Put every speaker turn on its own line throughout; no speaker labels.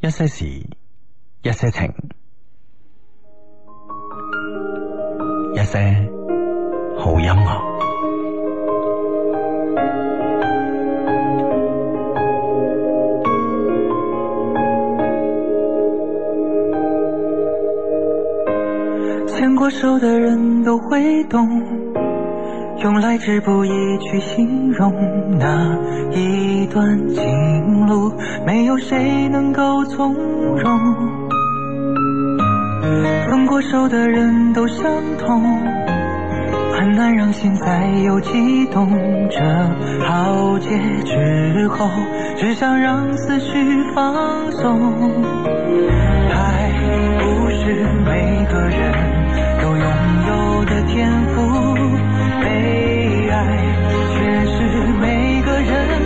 一些事，一些情，一些好音樂。
牵过手的人都会懂，用来之不易去形容那一段情路，没有谁能够从容。分过手的人都伤痛，很难让心再有悸动。这浩劫之后，只想让思绪放松。爱不是每个人都拥有的天赋，被爱却是每个人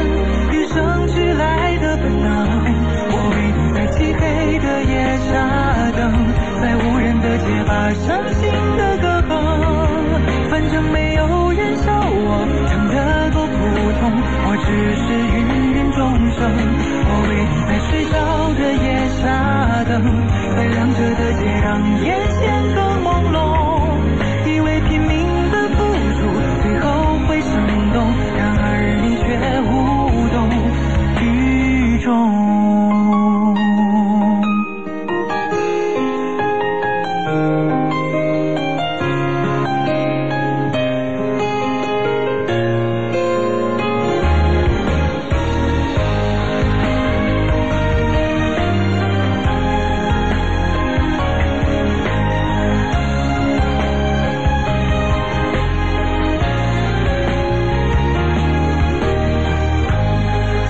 与生俱来的本能。我为你在漆黑的夜下等，在无人的街把伤心的歌哼，反正没有人笑我唱得够普通，我只是芸芸众生。我为你在睡着的夜下等，在亮着的街让眼线更朦胧，以为拼命的付出最后会生动，然而你却无动于衷。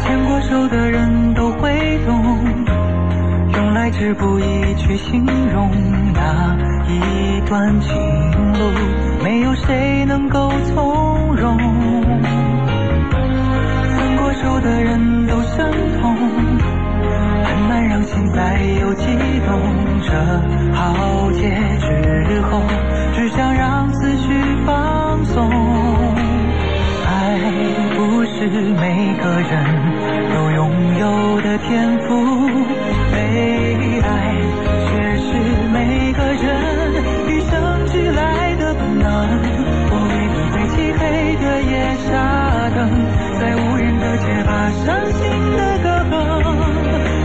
牵过手的人都会懂，用来之不易去形容那一段情路，没有谁能够从容。分过手的人都伤痛，很难让心再有悸动。这浩劫之后，只想让思绪放松。爱不是每个人都拥有的天赋，被爱却是每个人与生俱来的本能。我为你在漆黑的夜下等，在无人的街把伤心的歌哼，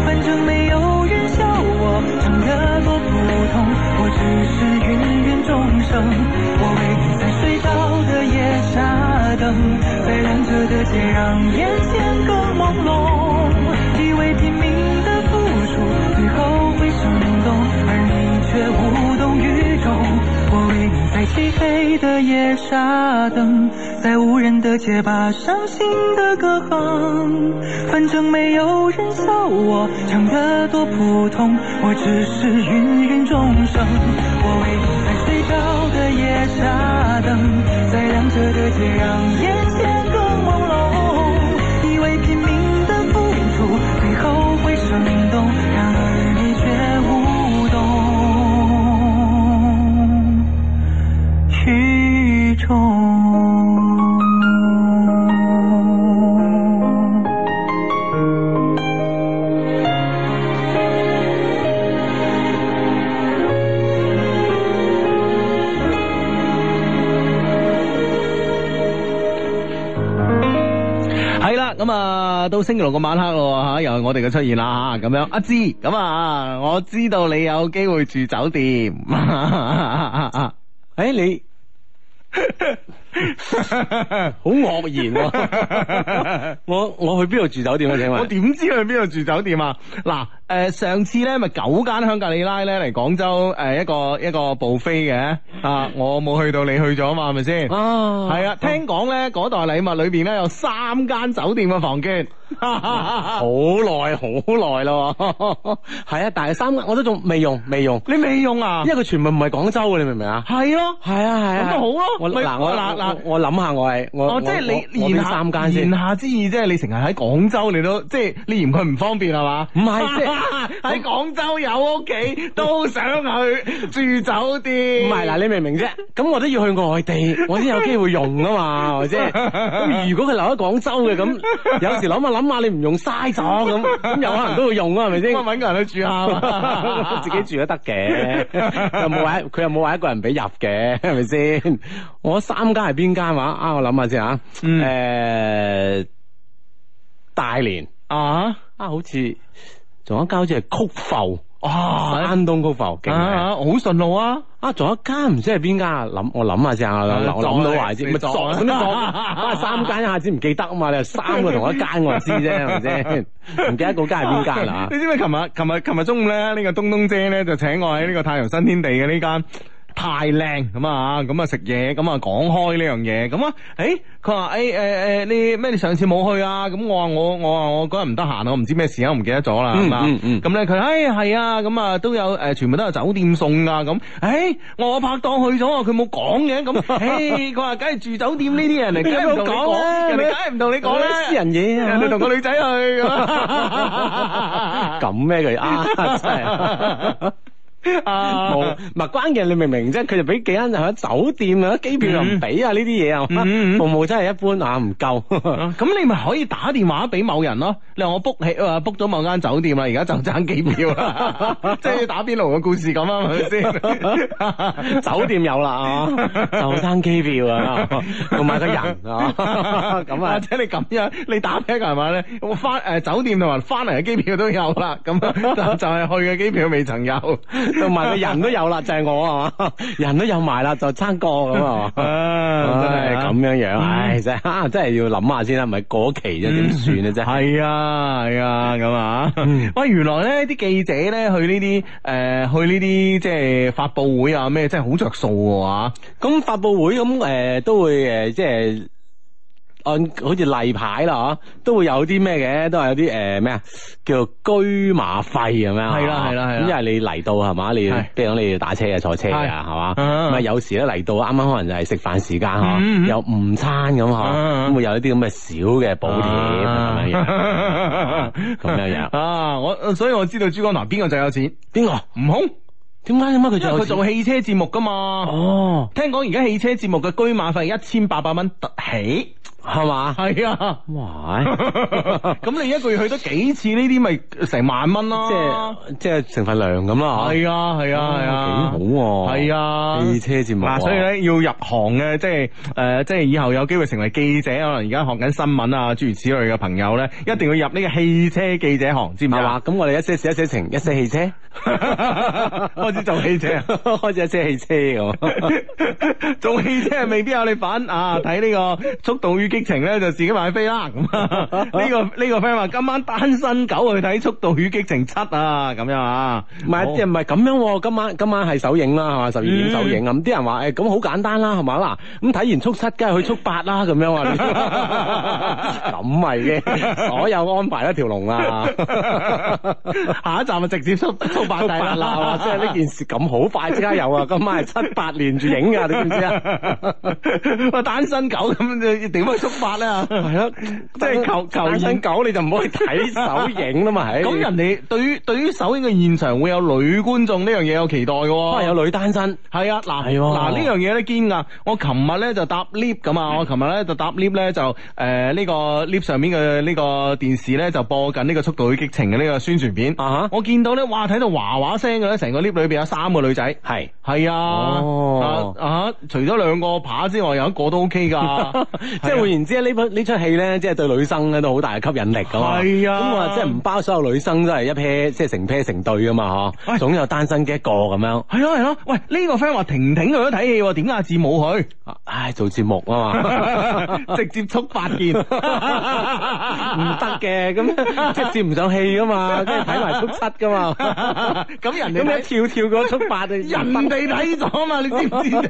反正没有人笑我唱得多普通，我只是芸芸众生。我为你在睡着的夜下等，在亮着的街让眼前更朦胧，以为拼命的付出最后会生动，而你却无动于衷。我为你在漆黑的夜下等，在无人的街把伤心的歌哼，反正没有人笑我唱得多普通，我只是芸芸众生。我为你在睡着的夜下等，在亮着的街让眼前更朦胧，以为拼命的付出最后会生动，然而你却无动于衷。
系啦，咁啊，到星期六個晚黑咯吓，又係我哋嘅出現啦吓，咁樣阿芝，咁啊，我知道你有機會住酒 店，啊
诶、哎你 好愕然、喎！我我去边度住酒店啊？请
我
问
點知去邊度住酒店啊？嗱，诶，上次咧咪九間香格里拉咧嚟廣州诶一個一個步飛嘅啊，我冇去到，你去咗啊嘛，係咪先？
啊，
係啊，聽講咧嗰袋禮物裏边咧有三間酒店嘅房券，
好耐好耐 啦喎，系啊，但系三我都仲未用未用，
你未用啊？
因为佢全部唔系广州嘅，你明唔明啊？
係咯。
系啊系啊，
咁咪好咯
我
咪
嗱我
嗱嗱
嗱我谂下我系我
哦，
我
即係你
我我
言
邊
下
三間先
言。下之意，即係你成日喺廣州，你都即係你嫌佢唔方便係嘛？
唔係，即係
喺廣州有屋企，都想去住酒店。
唔係嗱，你明唔明啫？咁我都要去外地，我先有機會用啊 嘛，係咪先？咁如果佢留喺廣州嘅，咁有時諗下諗下，你唔用嘥咗咁，咁有可能都會用啊，係咪先，
咁？我揾個人去住下嘛
自己住都得 嘅，又冇話佢又冇話一個人俾入嘅，係咪先？我三間係邊間話？啊，我諗下先啊。
嗯
誒、大連
啊
啊，好似仲有一間好似係曲阜，
啊
山東曲阜，勁嘅。
啊，好順路啊！
啊，仲有一間唔知係邊間啊？諗我諗下先啊，
啊
我我諗到話
撞你
先，咪
你
撞
撞啊
咁撞，啊三間一下子唔記得啊嘛，你有三個同一間我就知啫，係咪先？唔記得嗰間係邊間 啦
你知唔知琴日琴日琴日中午咧，呢個東東姐咧就請我喺呢個太陽新天地嘅呢間。太靚咁啊，咁啊食嘢，咁啊講開呢樣嘢，咁啊，誒，佢話誒誒誒，你咩？你上次冇去啊？咁我話我我話我嗰日唔得閒，我唔知咩事啊，我唔記得咗啦，
嗯
咁啊
嗯嗯
咁咧佢，誒係啊，咁啊都有誒，全部都有酒店送噶，咁，誒，我拍檔去咗啊，佢冇講嘅，咁，誒，佢話梗係住酒店呢啲人嚟，梗係唔同你
冇講
講，
啦
人哋梗係唔同你講啦，
私人嘢啊
人哋同個女仔去咁 啊。
咁咩佢啊？真係。
啊
冇，唔係關鍵，你明唔明啫？佢就俾幾間喺酒店啊，機票又唔俾啊，呢啲嘢啊，
嗯嗯嗯
服務真係一般啊， 唔夠。
啊咁你咪可以打電話俾某人咯。你話我 book 起啊 book 咗某間酒店啦，而家就爭機票啦， 即係打邊爐嘅故事咁啊，係咪先？
酒店有啦 啊，就爭機票啊，同埋個人 啊，咁啊
或，者你咁樣，你打俾一個人話咧，我翻誒酒店同埋翻嚟嘅機票都有啦，咁 啊就就係去嘅機票未曾有。
同埋個人都有啦，就係我啊嘛，人都有埋啦，就爭個咁啊嘛。唉，
啊
咁樣樣，唉，真係啊，真係要諗下先啦，唔係過期啫，點算啊真係？嗯
系嗯啊，系啊，咁啊，喂，原來咧啲記者咧去呢啲诶，去呢啲即係發佈會啊咩，真係好着數啊嘅話，
咁發佈會咁誒、呃都會誒、呃即係按好似例牌啦嗬，都會有啲咩嘅，都係有啲誒咩啊，叫做居馬費咁樣。
係啦係啦係啦
咁因為你嚟到係嘛，你要
係
譬如講你要打車啊、坐車
係
啊，係嘛。
嗯嗯
咁啊有時咧嚟到啱啱可能就係食飯時間
嗯
嗬，
嗯
有午餐咁嗬，
嗯嗯
咁會有一啲咁嘅小嘅補
啊
貼啊咁樣樣。
樣
咁樣樣
啊！我所以我知道珠江台邊個最有錢，
邊個？
悟空，
點解點解佢
因為
仲有
啊佢做
錢？
汽車節目噶嘛。
哦，
聽講而家汽車節目嘅居馬費一千八百蚊特起，
係嘛？
係 啊。
哇！哎
咁你一個月去得幾次呢啲，咪成萬蚊咯。
即係即係成份糧咁啦，嗬
係啊，係啊，係啊，
幾好喎！
係啊，
汽車節目
嗱，
喎
所以咧要入行嘅，即係誒、呃即係以後有機會成為記者，可能而家學緊新聞啊，諸如此類嘅朋友咧，一定要入呢個汽車記者行，知唔知
係
啊
嘛？？咁我哋一些事一些情，一些汽車，
開始做汽車啊。
開始一些汽車咁。
做汽車未必有你份 啊！睇呢個《速度與激情》咧，就自己買飛啦。咁啊，呢、個呢、個 friend 話今晚單身狗去睇《速度與激情七》啊，咁樣啊，
唔係，即係唔係咁樣喎？今晚今晚係首映啦，係嘛？十二點
嗯
首映啊！咁啲人話誒，咁好簡單啦，係嘛嗱？咁睇完速七，梗係去速八啦，咁樣啊？ 咁咪 嘅，所有安排一條龍 啦。
下一站就直接速速八
速
帝啦，
八 啦，係嘛即係 呢件事咁好快即刻有 啊！今晚係七八連住影㗎，你知唔知啊？
喂，單身狗咁你點去觸發咧？
係咯，
即係 求求
單身
現
狗你就唔好去睇首映啦嘛，係
咁人哋對於對於首映嘅現場會有女觀眾呢樣嘢有期待嘅
可能
喎。
有女單 身，
係啊，嗱
係喎
嗱呢樣嘢咧堅㗎。我琴日咧就搭 lift 咁
嗯
啊，我琴日咧就搭 lift 咧就呃誒呢、個 lift 上面嘅呢個電視咧就播緊呢個《速度與激情》嘅呢個宣傳片。
啊哈
我見到咧，哇睇到嘩嘩聲嘅咧，成個 lift 裏邊有三個女仔。
係。
係啊，
哦
啊啊除咗兩個扒之外，有一個都 OK 㗎。 啊
即係換言之呢部呢出戲咧，即係對女生咧都好大嘅吸引力噶嘛。
係啊
咁啊，即係唔包所有女生都係一 pair，即係成 pair 成對噶嘛，嗬。
喂
總有單身嘅一個咁樣。
係咯係咯，喂呢、個 friend 話婷婷去咗睇戲喎，點解阿志冇 去？
唉，做節目啊 嘛，
直接速八件，
唔
唔
得嘅，咁即係接唔上戲噶嘛，跟住睇埋速七噶嘛。
咁人
咁
哋
一跳跳嗰速八，人
人哋睇咗嘛，你知唔知啫？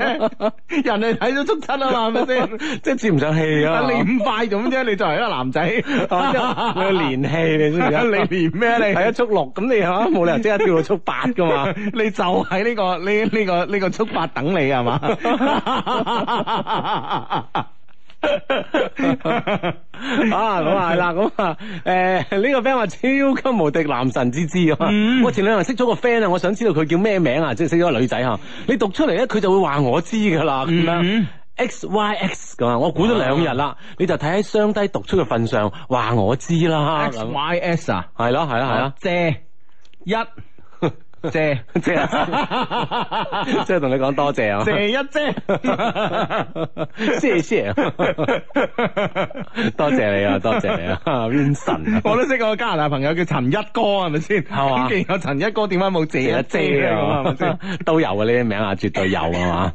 人哋睇咗速七啊嘛，係咪先？
即係接唔上戲啊嘛。
你唔快咁啫，你作為一個男仔，
啊你要連戲，你知唔知啊？
你連咩你？
睇一速六，咁你嚇冇理由即刻跳到速八噶嘛？
你就喺呢、個呢呢、個呢、個速八等你係嘛？
啊，咁啊係啦，咁啊，诶，呢個 friend 話超級無敵男神之之啊
嗯！
我前兩日識咗個 friend 啊，我想知道佢叫咩名啊，即係識咗個女仔吓，你讀出嚟咧，佢就會話我知㗎啦，咁樣
嗯
X Y X 咁啊，我估咗兩日啦，你就睇喺雙低讀出嘅份上，話我知啦，
X
咁
Y S 啊，
係啦，係啦，係啦。
借一借
即 係即係同你講多謝啊！
借一啫。
謝謝，多謝你啊，多謝你啊，Vincent 啊
我都識個加拿大朋友叫陳一哥，係咪先？
係嘛
咁既然有陳一哥，點解冇借
謝
一
一啊姐
姐啊？係咪
啊
先？，
都有啊，呢啲名啊，絕對有啊嘛。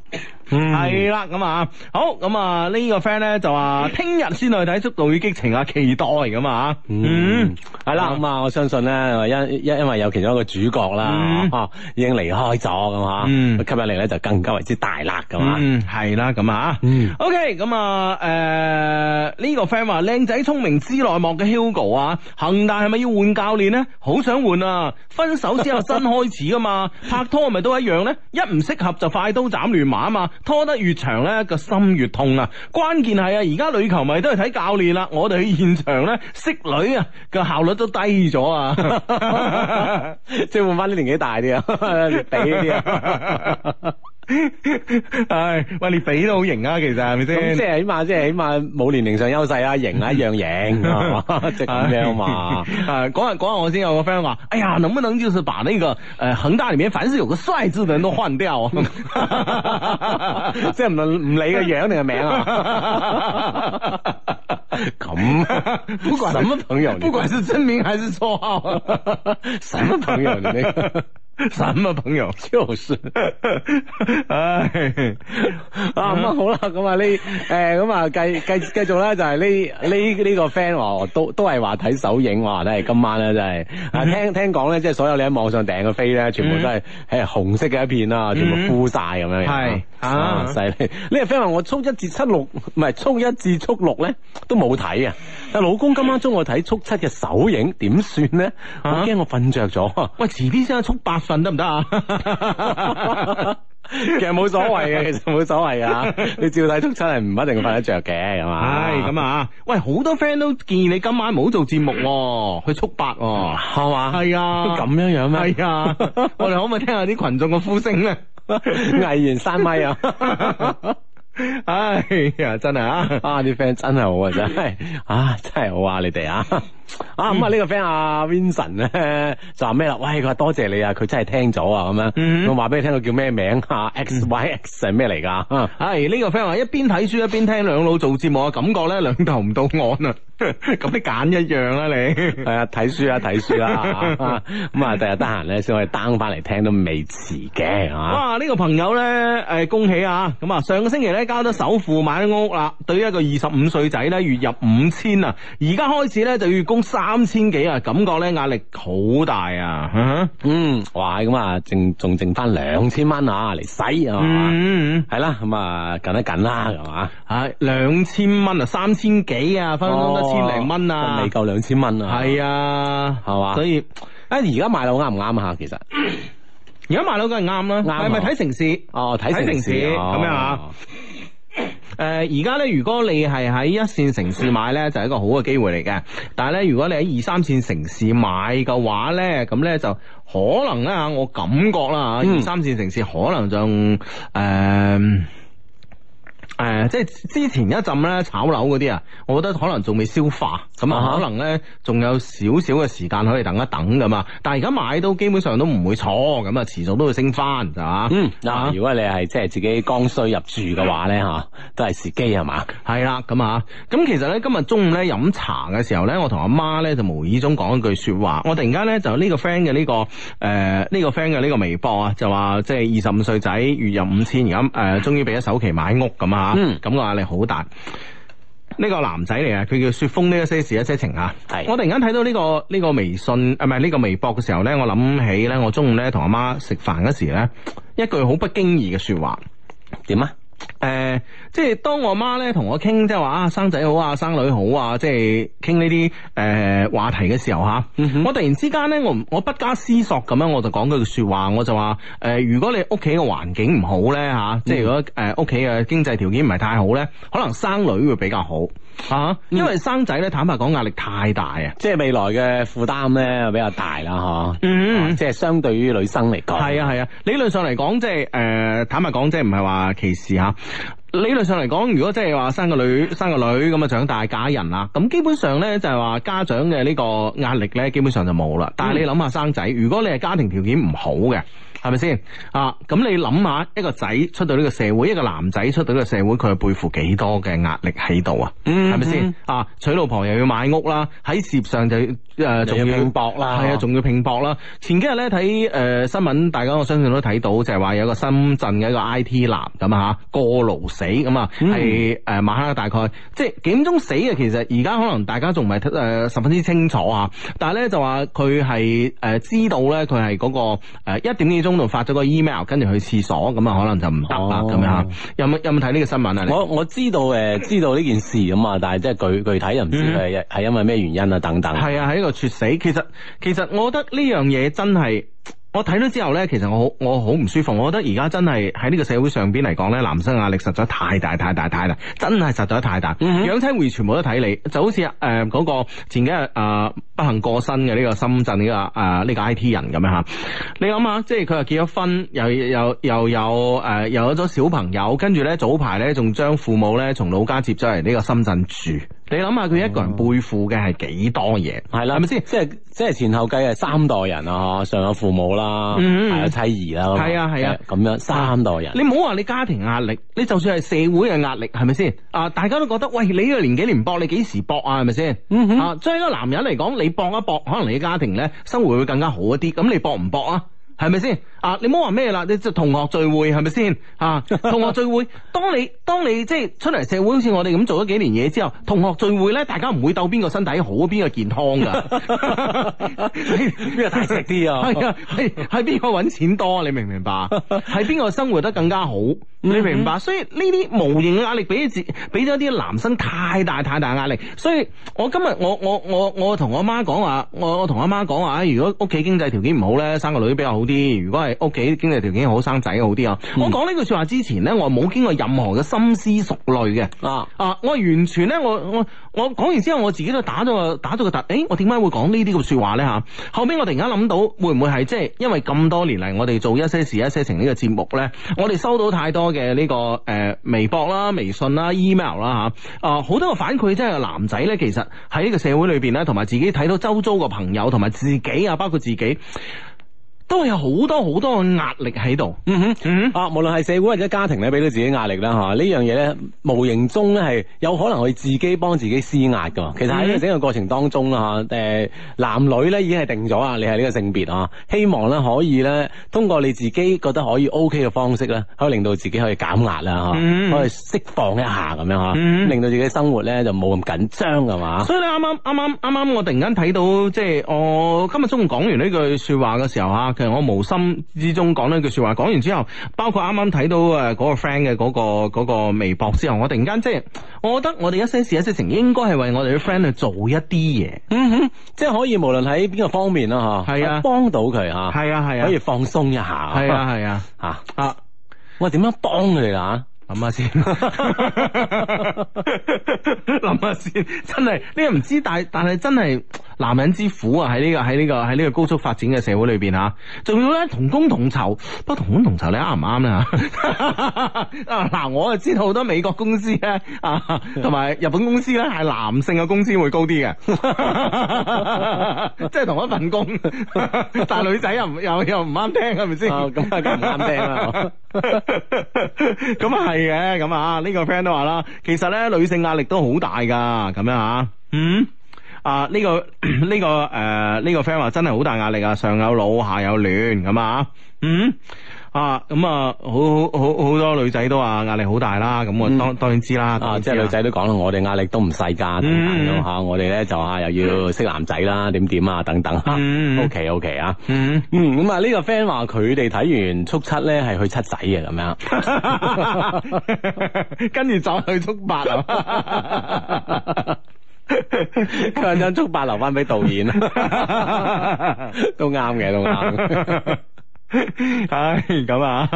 係啦，咁啊，好，咁啊呢個 friend 咧就話聽日先去睇《速度與激情》啊，期待咁啊，
嗯，係啦，咁啊，我相信咧，因因因為有其中一個主角啦
嗯，
啊，已經離開咗咁啊，
嗯
吸引力咧就更加為之大啦，咁啊。
嗯，係啦，咁啊
嗯
，OK，咁啊，誒呢個 friend 話靚仔聰明知內幕嘅 Hugo 啊，恒大係咪要換教練呢？好想換啊！分手之後新開始噶 嘛，拍拖係咪都一樣呢？一唔適合就快刀斬亂麻啊嘛，拖得越長呢，個心越痛啊！關鍵係啊，而家女球迷都係睇教練啦，我哋去現場呢，識女啊個效率都低咗 啊！
即係換翻啲年紀大啲啊， 俾啲
嗯
啊。
唉，喂，你俾都好型啊，其實係咪
咁
先
即？係起碼，即係起碼冇年齡上優勢啊，型啊一 樣型啊， 即係咁樣嘛。
嗯啊，嗰日嗰日我先有個 friend 話，哎 呀，能不能就是把那個呃恒大裏面凡是有個帥字的人都換掉啊？
即係唔論唔理個樣定係名啊。 咁， 不管什麼朋友，
不管是真名還是綽號啊，
什麼朋友，你那個
什麼朋友？
就是。
唉，嗯
啊咁啊好啦，咁啊呢誒咁啊繼繼繼續啦，就係呢呢呢個 friend 話我都都係話睇首映，話咧今晚咧真係啊
嗯
聽聽講咧，即係所有你喺網上訂嘅飛咧，全部都係誒紅色嘅一片啦，全部敷晒咁
嗯
樣樣。
係
啊
啊
犀利！呢個 friend 話我速一至七六，唔係速一至速六咧都冇睇啊，但老公今晚中我睇速七嘅首映，點算咧？我
啊
驚我瞓着咗。
喂，遲啲先速八份得唔得 啊？
其實冇所謂嘅，其實冇所 謂啊！你照睇足親係唔一定瞓得着嘅，係嘛？
唉，咁啊，喂，好多 friend 都建議你今晚唔好做節目喎，去速八喎。
係嘛？
係啊，
咁樣樣咩？
係啊， 我哋可唔可以聽下啲群眾嘅呼聲咧？
毅然閂咪啊！
唉哎呀，真係啊！
啊！啲 friend 真係好啊，真係啊，真係好啊！你哋啊，啊
嗯
咁啊呢個 friend 阿 Vincent 咧就話咩啦？喂，佢話多謝你啊，佢真係聽咗啊咁
嗯
樣，我話俾你聽佢叫咩名 啊？X Y X 係咩嚟㗎？啊
係呢、個 friend 話一邊睇書一邊聽兩老做節目啊，感覺咧兩頭唔到岸啊！ 咁你揀一樣啦你。
係啊，睇書啊，睇書啦，啊咁啊，第日得閒咧先可以 down 翻嚟聽都未遲嘅，係啊嘛？
哇！呢、個朋友咧，誒、恭喜啊！咁啊，上個星期咧交咗首付買咗屋啦。對於一個二十五歲仔咧，月入五千啊，而家開始咧就要供三千幾啊，感覺咧壓力好大啊！嗯
嗯，哇，咁啊，剩仲剩翻兩千蚊啊，嚟使啊，係嘛？
嗯嗯。
係啦，咁啊，緊一緊啦，係嘛？
啊，兩千蚊啊，三千幾啊，分分鐘得千零蚊
哦
啊
未，夠兩千蚊啊，
係啊，
係嘛
所以哎
啊，而家買樓啱唔啱啊？其 實，
而家買樓梗係啱啦，
啱啊
係咪睇城市？
哦，睇
睇城市
哦
咁樣啊誒呃而家咧，如果你係喺一線城市買咧，就係一個好嘅機會嚟嘅。但係咧，如果你喺二三線城市買嘅話咧，咁咧就可能咧我感覺啦嚇，
嗯
二三線城市可能仲誒。呃誒、即係之前一陣咧炒樓嗰啲啊，我覺得可能仲未消化，咁
啊哈
啊可能咧仲有少少嘅時間可以等一等咁啊。但係而家買都基本上都唔會錯，咁啊遲早都會升翻，係嘛？
嗯，
啊
嗱，如果你係即係自己剛需入住嘅話咧，吓都係時機係嘛？
係啦，咁啊，咁其實咧今日中午咧飲茶嘅時候咧，我同阿媽咧就無意中講一句説話，我突然間咧就呢個 friend 嘅呢個誒呢、個 friend 嘅呢個微博啊，就話即係二十五歲仔月入五千，而家誒終於俾咗首期買屋咁啊，
嗯
咁個壓力好大。呢個男仔嚟啊，佢叫雪峰呢一些事一些情啊。
係
我突然間睇到呢、個呢、個微信啊，唔係呢個微博嘅時候咧，我諗起咧，我中午咧同阿媽食飯嗰時咧，一句好不經意嘅説話。
點啊？
诶、呃即係當我媽咧同我傾，即係話啊生仔好啊，生女好啊，即係傾呢啲诶話題嘅時候吓，我突然之間咧，我唔我不加思索咁樣我就講句说話，我就話诶、誒如果你屋企嘅環境唔好咧吓、即係如果诶屋企嘅經濟條件唔係太好咧，可能生女會比較好吓、啊因為生仔咧坦白講壓力太大啊。
即係未來嘅負擔咧比較大啦，嗬。
嗯
啊即係相對於女生嚟講，
系啊系啊，理論上嚟講，即係诶、呃坦白講，即係唔係話歧視吓。理論上嚟講，如果即係話生個女生個女咁啊長大嫁人啦，咁基本上咧就係話家長嘅呢個壓力咧，基本上就冇啦。
嗯
但係你諗下生仔，如果你係家庭條件唔好嘅，係咪先啊？咁你諗下一個仔出到呢個社會，一個男仔出到呢個社會，佢係背負幾多嘅壓力喺度啊？
嗯
係咪先
嗯
啊？娶老婆又要買屋啦，喺事業上就誒仲、
又要
要
拼搏啦
係啊，
嗬
仲要拼搏啦。前幾日咧睇誒新聞，大家我相信都睇到，就係話有個深圳嘅一個 I T 男咁啊過勞死咁啊，係誒晚黑大概即係幾點鐘死嘅。其實而家可能大家仲唔係誒十分之清楚啊，但係咧就話佢係誒知道咧，佢係嗰個呃誒一點幾鐘度發咗個 email，跟住去廁所咁啊，可能就唔得啦咁樣啊
哦。
有冇有冇睇呢個新聞啊？你
我我知道誒，知道呢件事咁啊，但係即係具具體又唔知佢係係因為咩原因啊等等。
嗯係啊，係一個猝死。其實其實我覺得呢樣嘢真係。我睇到之後呢，其實我好我好唔舒服。我覺得而家真係喺呢個社會上邊嚟講呢，男生壓力實在太大太大太大，真係實在太大。
嗯哼
養妻會全部都睇你，就好似誒嗰個前幾日誒、呃不幸過身嘅呢個深圳呢、個誒呃呢、個 I T 人咁樣嚇。你諗下，即係佢又結咗婚，又又又有誒、呃又有咗小朋友，跟住呢，早排呢，仲將父母呢從老家接咗嚟呢個深圳住。你諗下佢一
哦
個人背負嘅係幾多嘢？
係啦，
係咪先？
即係即係前後計係三代人啊，嗬上有父母啦，
嗯嗯
係有妻兒啦，咁
係啊係啊
咁樣三代人。
你唔好話你家庭壓力，你就算係社會嘅壓力，係咪先？啊，大家都覺得喂，你呢個年紀你唔搏，你幾時搏啊？係咪先？
嗯哼
啊，作為一個男人嚟講，你搏一搏，可能你嘅家庭咧生活會更加好一啲。咁你搏唔搏啊？係咪先？啊，你唔好話咩啦，你就同學聚會係咪先？ 啊，同學聚會，當你當你即係出嚟社會，好似我哋咁做咗幾年嘢之後，同學聚會咧，大家唔會鬥邊個身體好，邊個健康㗎。
邊個大隻啲啊
係啊，係係邊個揾錢多啊？你明唔明白啊？係邊個生活得更加好？你明唔明白？所以呢啲無形嘅壓力俾自俾咗啲男生太大太大壓力，所以我今日我我我我同我媽講話，我我同我媽講話，如果屋企經濟條件唔好咧，生個女比較好啲；如果係屋企經濟條件好，生仔好啲啊！我講呢句説話之前咧，我冇經過任何嘅深思熟慮嘅。
啊，
啊！我完全咧，我我我講完之後，我自己都打咗個打咗個突，誒，我點解會講呢啲咁説話咧嚇？後尾我突然間諗到，會唔會係即係因為咁多年嚟，我哋做一些事一些情呢個節目咧，我哋收到太多嘅呢、個誒、呃微博啦、微信啦、email 啦嚇，啊好多個反饋，即係男仔咧，其實喺呢個社會裏邊咧，同埋自己睇到周遭嘅朋友，同埋自己啊，包括自己，都有好多好多嘅壓力喺度。
嗯哼。
嗯。
啊，無論係社會或者家庭咧，俾到自己壓力啦嚇，呢樣嘢咧，無形中咧係有可能去自己幫自己施壓噶。其實喺呢
嗯
個整個過程當中啦嚇，誒男女咧已經係定咗啊，你係呢個性別啊，希望咧可以咧通過你自己覺得可以 O K 嘅方式咧，可以令到自己可以減壓啦
嗯
嚇，可以釋放一下咁樣嚇，
嗯
令到自己生活咧就冇咁緊張㗎嘛。
所以咧，啱啱啱啱啱啱，我突然間睇到，即係我今日中午講完呢句説話嘅時候啊，其實我無心之中講呢句説話，講完之後，包括啱啱睇到呃誒嗰個 friend 嘅嗰個嗰個微博之後，我突然間即係，我覺得我哋一些事一些情應該係為我哋啲 friend 去做一啲嘢，
嗯哼，即係可以無論喺邊個方面啦嚇，
係啊
幫到佢嚇，
係啊係啊
可以放鬆一下，
係啊係啊
嚇。
啊！
我點樣幫佢哋啊？
諗下先， 諗下先，真係你又唔知，但但係真係男人之苦啊！喺呢、個喺呢、個喺呢個高速發展嘅社會裏邊嚇，仲要咧同工同酬，不過同工同酬你啱唔啱咧嚇？ 啊嗱，我就知道好多美國公司咧啊， 同埋日本公司咧係男性嘅工資會高啲嘅，即係同一份工，但係女仔又唔又又唔啱聽係咪先？
啊咁啊梗唔啱聽啦
咁啊係嘅，咁啊呢個 friend 都話啦，其實咧女性壓力都好大噶，咁樣啊，嗯。啊！呢、個呢、個誒呢、個 friend 話真係好大壓力啊，上有老下有嫩咁啊，嗯，啊，咁啊，好好好好多女仔都話壓力好大啦，咁我當當然知啦，當
嗯啊，
然知
即係
啦
女仔都講啦，我哋壓力都唔細㗎，等等
嗯
咁嚇，我哋咧就嚇又要識男仔啦，點點啊，等等嚇。
嗯
O K O K 啊，
嗯，
嗯，咁啊呢個 friend 話佢哋睇完速七咧係去七仔嘅咁 樣。
跟住走去速八啊。
佢話將速八留翻俾導演，啊都啱嘅，都啱嘅。
唉，咁啊，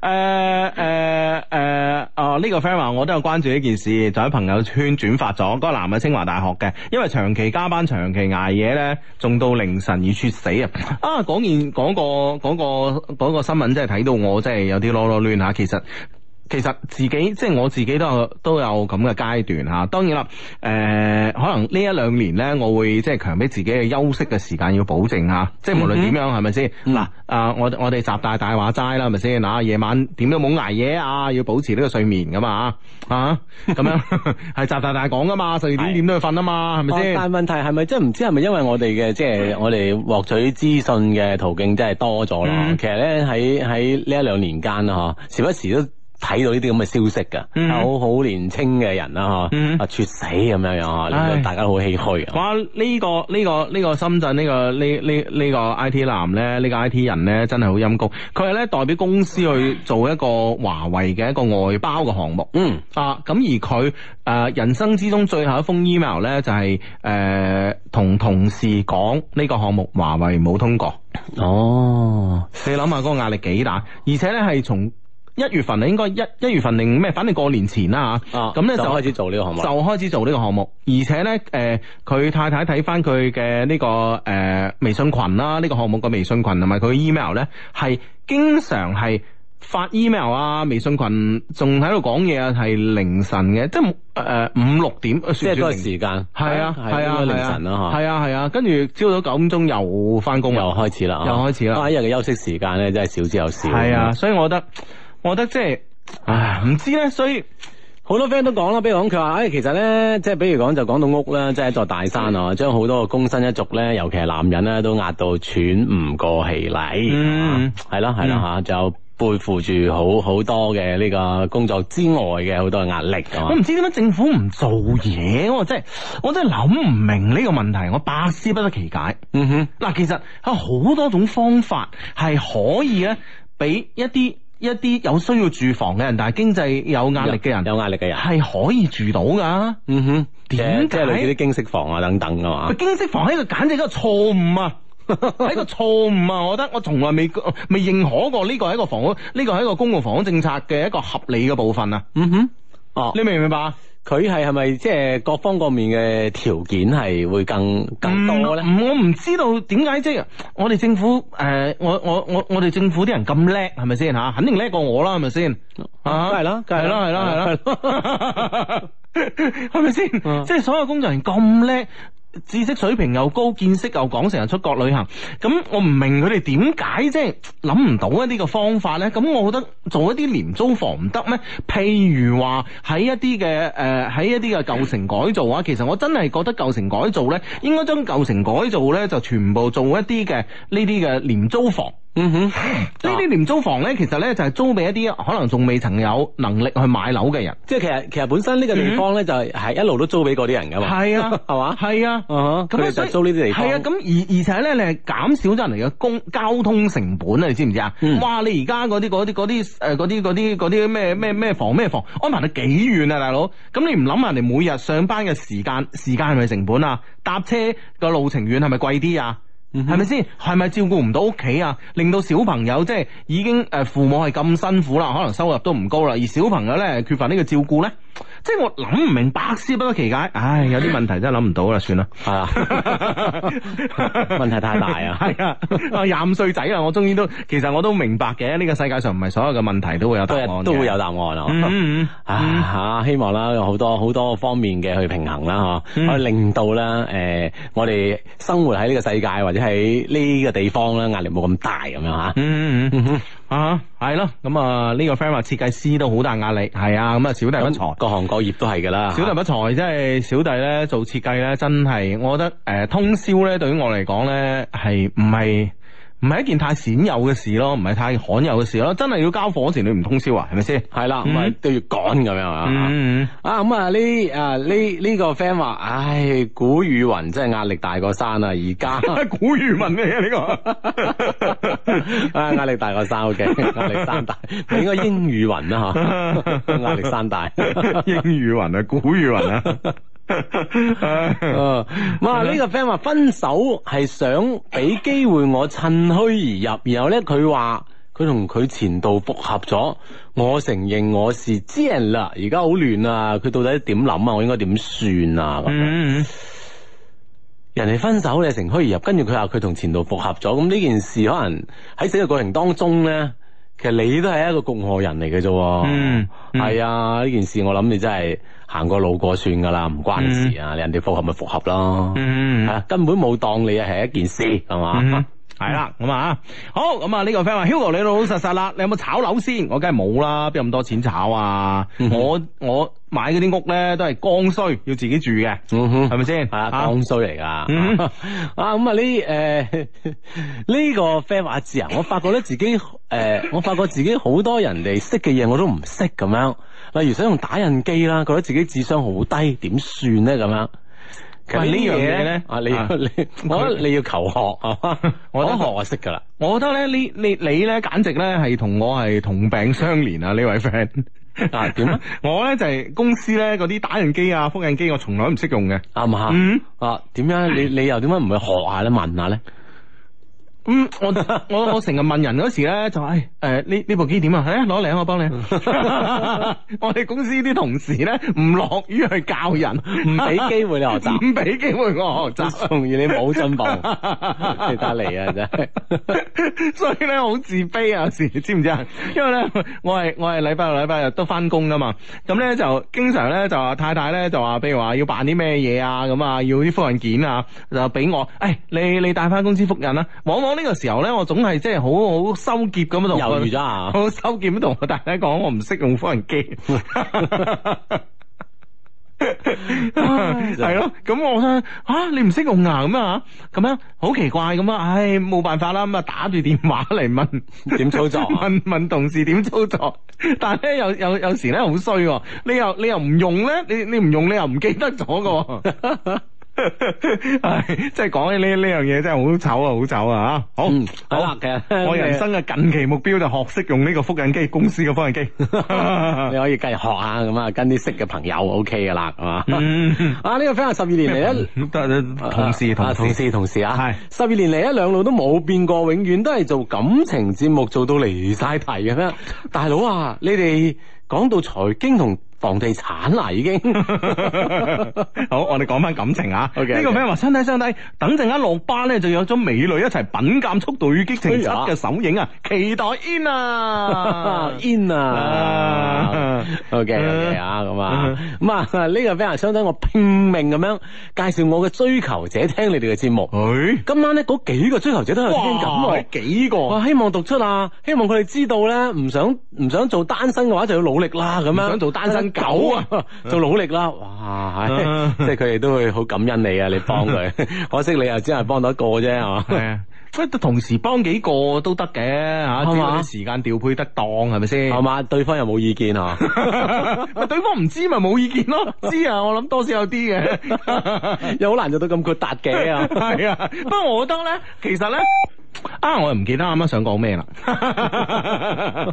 誒誒誒，哦，呢個 friend 話我都有關注呢件事，就喺朋友圈轉發咗。嗰個男嘅清華大學嘅，因為長期加班、長期捱夜咧，仲到凌晨而猝死啊！啊，講件講個講個講個新聞，真係睇到我真係有啲囉囉攣嚇。其實其實自己即係我自己都有都有咁嘅階段嚇、當然啦，誒、可能呢一兩年呢，我會即係強迫自己嘅休息嘅時間要保證嚇、即係無論點樣係咪先？嗱啊、我我哋習大大話齋啦，係咪先？嗱、夜晚點都冇捱夜啊，要保持呢個睡眠噶嘛啊，咁樣係習大大講噶嘛，十二點
係
點都要瞓啊嘛，係咪
哦
先？
但係問題係咪即係唔知係咪因為我哋嘅即係我哋獲取資訊嘅途徑真係多咗咯？
嗯
其實咧喺喺呢一兩年間啦，嗬，時不時都。睇到呢啲咁嘅消息噶，
嗯
有好年青嘅人啦，
嗯
嗬，啊猝死咁樣樣啊，令
唉
到大家都好唏噓啊。
哇！呢、個呢、個呢、個深圳呢、個呢呢呢個 I T 男咧，呢、個 I T 人咧，真係好陰公。佢係咧代表公司去做一個華為嘅一個外包嘅項目。
嗯，
啊，咁而佢誒、呃人生之中最後一封 email 咧，就係誒同同事講呢個項目華為冇通過。
哦，
你諗下嗰個壓力幾大，而且咧係從一月份啊，應該一一月份定咩？反正過年前啦嚇。
啊，
咁咧就
開始做呢個項目
就
啦，
開始做呢個項目，而且呢，誒、呃佢太太睇翻佢嘅呢個誒、呃微信群啦，呢、個項目嘅微信群同埋佢嘅 email 呢，係經常係發 email 啊，微信群仲喺度講嘢啊，係凌晨嘅，即係誒五六點，呃
即係
算
嗰
唔
個
算
時間，
係啊係
應
啊
該凌晨啦，嗬，
係啊係啊，跟住朝早九點鐘又翻工
又
啦，
開始啦，
又開始啦
啊一日嘅休息時間咧真係少之又少。
係啊，所以我覺得，我覺得即係，唉，唔知呢，所以。
好多 friend 都講啦，比如講佢話，誒、其實咧，即係比如講就講到屋啦，即係一座大山啊，將好多個工薪一族咧，尤其係男人咧，都壓到喘唔過氣嚟，
嗯
係啦係啦嚇，就背負住好好多嘅呢個工作之外嘅好多嘅壓力啊
我。唔知點解政府唔做嘢，我真係我真係諗唔明呢個問題，我百思不得其解。
嗯哼，
嗱，其實有好多種方法係可以咧，俾一啲一啲有需要住房嘅人，但係經濟有壓力嘅人，
有壓力嘅人，
係可以住到噶。
嗯哼，即係
點
即
解
係類似啲經適房啊等等噶嘛
佢。經濟房喺個簡直係一個錯誤 啊！係一個錯誤啊！我覺得我從來未未認可過呢個係一個房屋，呢個係一個公共房屋政策嘅一個合理嘅部分啊！
嗯哼，哦，
你明唔明白啊？
佢係係咪即係各方各面嘅條件係會更更多咧？
嗯唔，唔我唔知道點解即係我哋政府誒、呃我我我我哋政府啲人咁叻係咪先嚇？肯定叻過我啦，係咪先？啊，
梗係啦梗係
係
啦
啦，係啦，係啦，係咪先？
嗯
即係所有工作人員咁叻。知識水平又高，見識又廣，成日出國旅行，咁我唔明佢哋點解即係諗唔到一啲嘅方法呢？咁我覺得做一啲廉租房唔得咩？譬如話喺一啲嘅誒喺一啲嘅舊城改造啊，其實我真係覺得舊城改造呢，應該將舊城改造呢，就全部做一啲嘅呢啲嘅廉租房。
嗯哼，
呢啲廉租房呢，其實呢，就係租俾一啲可能仲未曾有能力去買樓嘅人。
即係其實其實本身呢個地方咧就係係一路都租俾嗰啲人噶嘛，
嗯 係啊，
係嘛？
係啊。
啊哈，
咁
佢哋
所
就
以
租呢啲地方。
係啊，咁而而且咧，你係減少咗人哋嘅公交通成本啊，你知唔知啊？
嗯
哇！你而家嗰啲嗰啲嗰啲誒嗰啲嗰啲嗰啲咩咩咩房咩房安排得幾遠啊，大佬？咁你唔諗下人哋每日上班嘅時間時間係咪成本啊？搭車個路程遠係咪貴啲啊？
嗯
係咪先？係咪照顧唔到屋企啊？令到小朋友即係已經誒父母係咁辛苦啦，可能收入都唔高啦，而小朋友咧缺乏呢個照顧咧，即係我諗唔明，百思不得其解。唉，有啲問題真係諗唔到啦，算啦。
係啊， 問題太大啊
係啊，啊廿五歲仔啊，我終於都，其實我都明白嘅，呢、個世界上唔係所有嘅問題都會有答
都
案
係
嘅
都會有答案
嗯。
啊。
嗯嗯
啊，希望啦，有好多好多方面嘅去平衡啦，嗬，
嗯
可以令到啦，誒，我哋生活喺呢個世界或者喺呢個地方啦，壓力冇咁大咁樣吓。
嗯嗯嗯
哼
嗯啊，係咯，咁啊呢個 friend 話設計師都好大壓力，係啊，咁啊小弟不才，
各行各業都係噶啦。
小弟不才，即係小弟咧做設計咧，真係我覺得誒、呃通宵咧對於我嚟講咧係唔係唔係一件太鮮有嘅事咯，唔係太罕有嘅事咯，真係要交貨嗰時你唔通宵啊，係咪先？
系啦，咁啊
嗯
都要趕咁樣啊。
嗯，
啊咁啊呢啊呢呢個 friend 話，唉，古語云真係壓力大過山啊！而家
古語文嚟嘅呢個。
啊壓力大過山，OK，壓力山大，你應該英語云啦吓，壓力山大。
英語云啊，古語云啊。
啊哇！呢個 friend 話分手係想俾機會我趁虛而入，然後咧佢話佢同佢前度復合咗，我承認我是知人啦，而家好亂啊！佢到底點諗啊？我應該點算啊？咁樣
嗯，
人哋分手你乘虛而入，跟住佢話佢同前度復合咗，咁呢件事可能喺整個過程當中咧，其實你都係一個共害人嚟嘅啫喎。
嗯嗯
係啊，呢件事我諗你真係行過路過算噶啦，唔關事啊，人哋復合咪復合咯。
嗯，
啊，根本冇當你係一件事，係嘛
嗯？系啦，咁啊，好咁啊，呢個 friend 話 Hugo 你老老實實啦，你有冇炒樓先？我梗係冇啦，邊有咁多錢炒啊？
嗯
我我買嗰啲屋咧都係剛需，要自己住嘅，
嗯哼，
係咪先？
係啊，剛需嚟㗎。
嗯
啊 咁啊呢誒 呢個 friend 話志啊，我發覺咧自己誒、呃我發覺自己好多人哋識嘅嘢我都唔識咁樣，例如想用打印機啦，覺得自己智商好低，點算咧咁樣？其實
喂呢樣嘢呢
啊，你要
啊
你，我覺得你要求學係嘛？我
我覺
覺
得
得學就識㗎啦。
我覺得咧，呢你你咧，簡直咧係同我係同病相憐啊！呢位 friend
啊 點啊？
我咧就係、公司咧嗰啲打印機啊、複印機，我從來唔識用嘅。
啱唔啱？
嗯
啊，點樣？你你又點解唔去學下咧？問下咧？
嗯， 我我我成日問人嗰時咧，就係誒呢呢部機點啊？誒攞嚟啊，我 幫你。 我哋公司啲同事咧唔樂於去教人，
唔
唔
俾機會你學習。
唔俾機會我學習。
從而你冇進步，你得嚟啊真係。
所以咧好自卑啊，有時知唔知啊？因為咧，我係我係禮拜六、禮拜日都翻工噶嘛，咁咧就經常咧就話太太咧就話，譬如話要辦啲咩嘢啊，咁啊要啲複印件啊，就俾我，誒、哎你你帶翻公司複印啦。啊往往呢個時候咧，我總係即係好好收結咁樣同
猶
佢
豫咗啊
好收劍同我大家講，我唔識用複印機。係咯，咁我咧啊，你唔識用啊，咁啊，咁樣好奇怪咁啊，唉，冇辦法啦，咁啊打住電話嚟問
點操 作啊
問問同事點操作，但係咧有有有時咧好衰喎，你又你又唔用咧，你你唔用你又唔記得咗噶，唉，即係講起呢呢樣嘢真係好醜啊，好醜啊，吓，好，
嗯，
好
係啦，其 實
我人生嘅近期目標就學識用呢個複印機，公司嘅複印
你 你
機。
可以繼續學下咁啊，跟啲識嘅朋友 OK 噶啦，係嘛？
嗯，
啊，呢個 friend 話十二年 嚟一。
同事
啊
同
同
同事，
事同事啊，
係
十二年嚟一兩路都冇變過，永遠都係做感情節目做到離晒題嘅咩？ 大佬啊，你哋講到財經同房地產啦 已經，
好，我哋講翻感情啊。呢
OK，OK
個 friend 話：身體相低，等陣間落班咧就約咗美女一齊品鑑《速度與激情七
哎呀》
嘅首 映 啊，期待 in 啊
in 啊
啊！
OK OK 啊，咁啊，
嗯
咁啊，呢個 friend 啊相當我拼命咁樣介紹我嘅追求者聽你哋嘅節目。
誒，
今晚咧嗰幾個追求者都有聽緊
哇，
喎。
幾個
我希望讀出啊！希望佢哋知道咧，唔想唔想做單身嘅話，就要努力啦。咁樣
唔想做單身狗啊，
做努力啦！哇，
嗯
即係佢哋都會好感恩你啊！你 幫佢，可惜你又只係幫到一個啫，係嘛？
係啊，喂，同時幫幾個都得嘅嚇，只
係嘛
要啲時間調配得當，係咪先？
係嘛？對方又冇意 見啊？
咪對方唔知咪冇意見咯，知啊，我諗多少有啲嘅，
又好難做到咁豁達嘅啊！
係啊。不過我覺得咧，其實咧。啊！我又唔記得啱啱想講咩啦。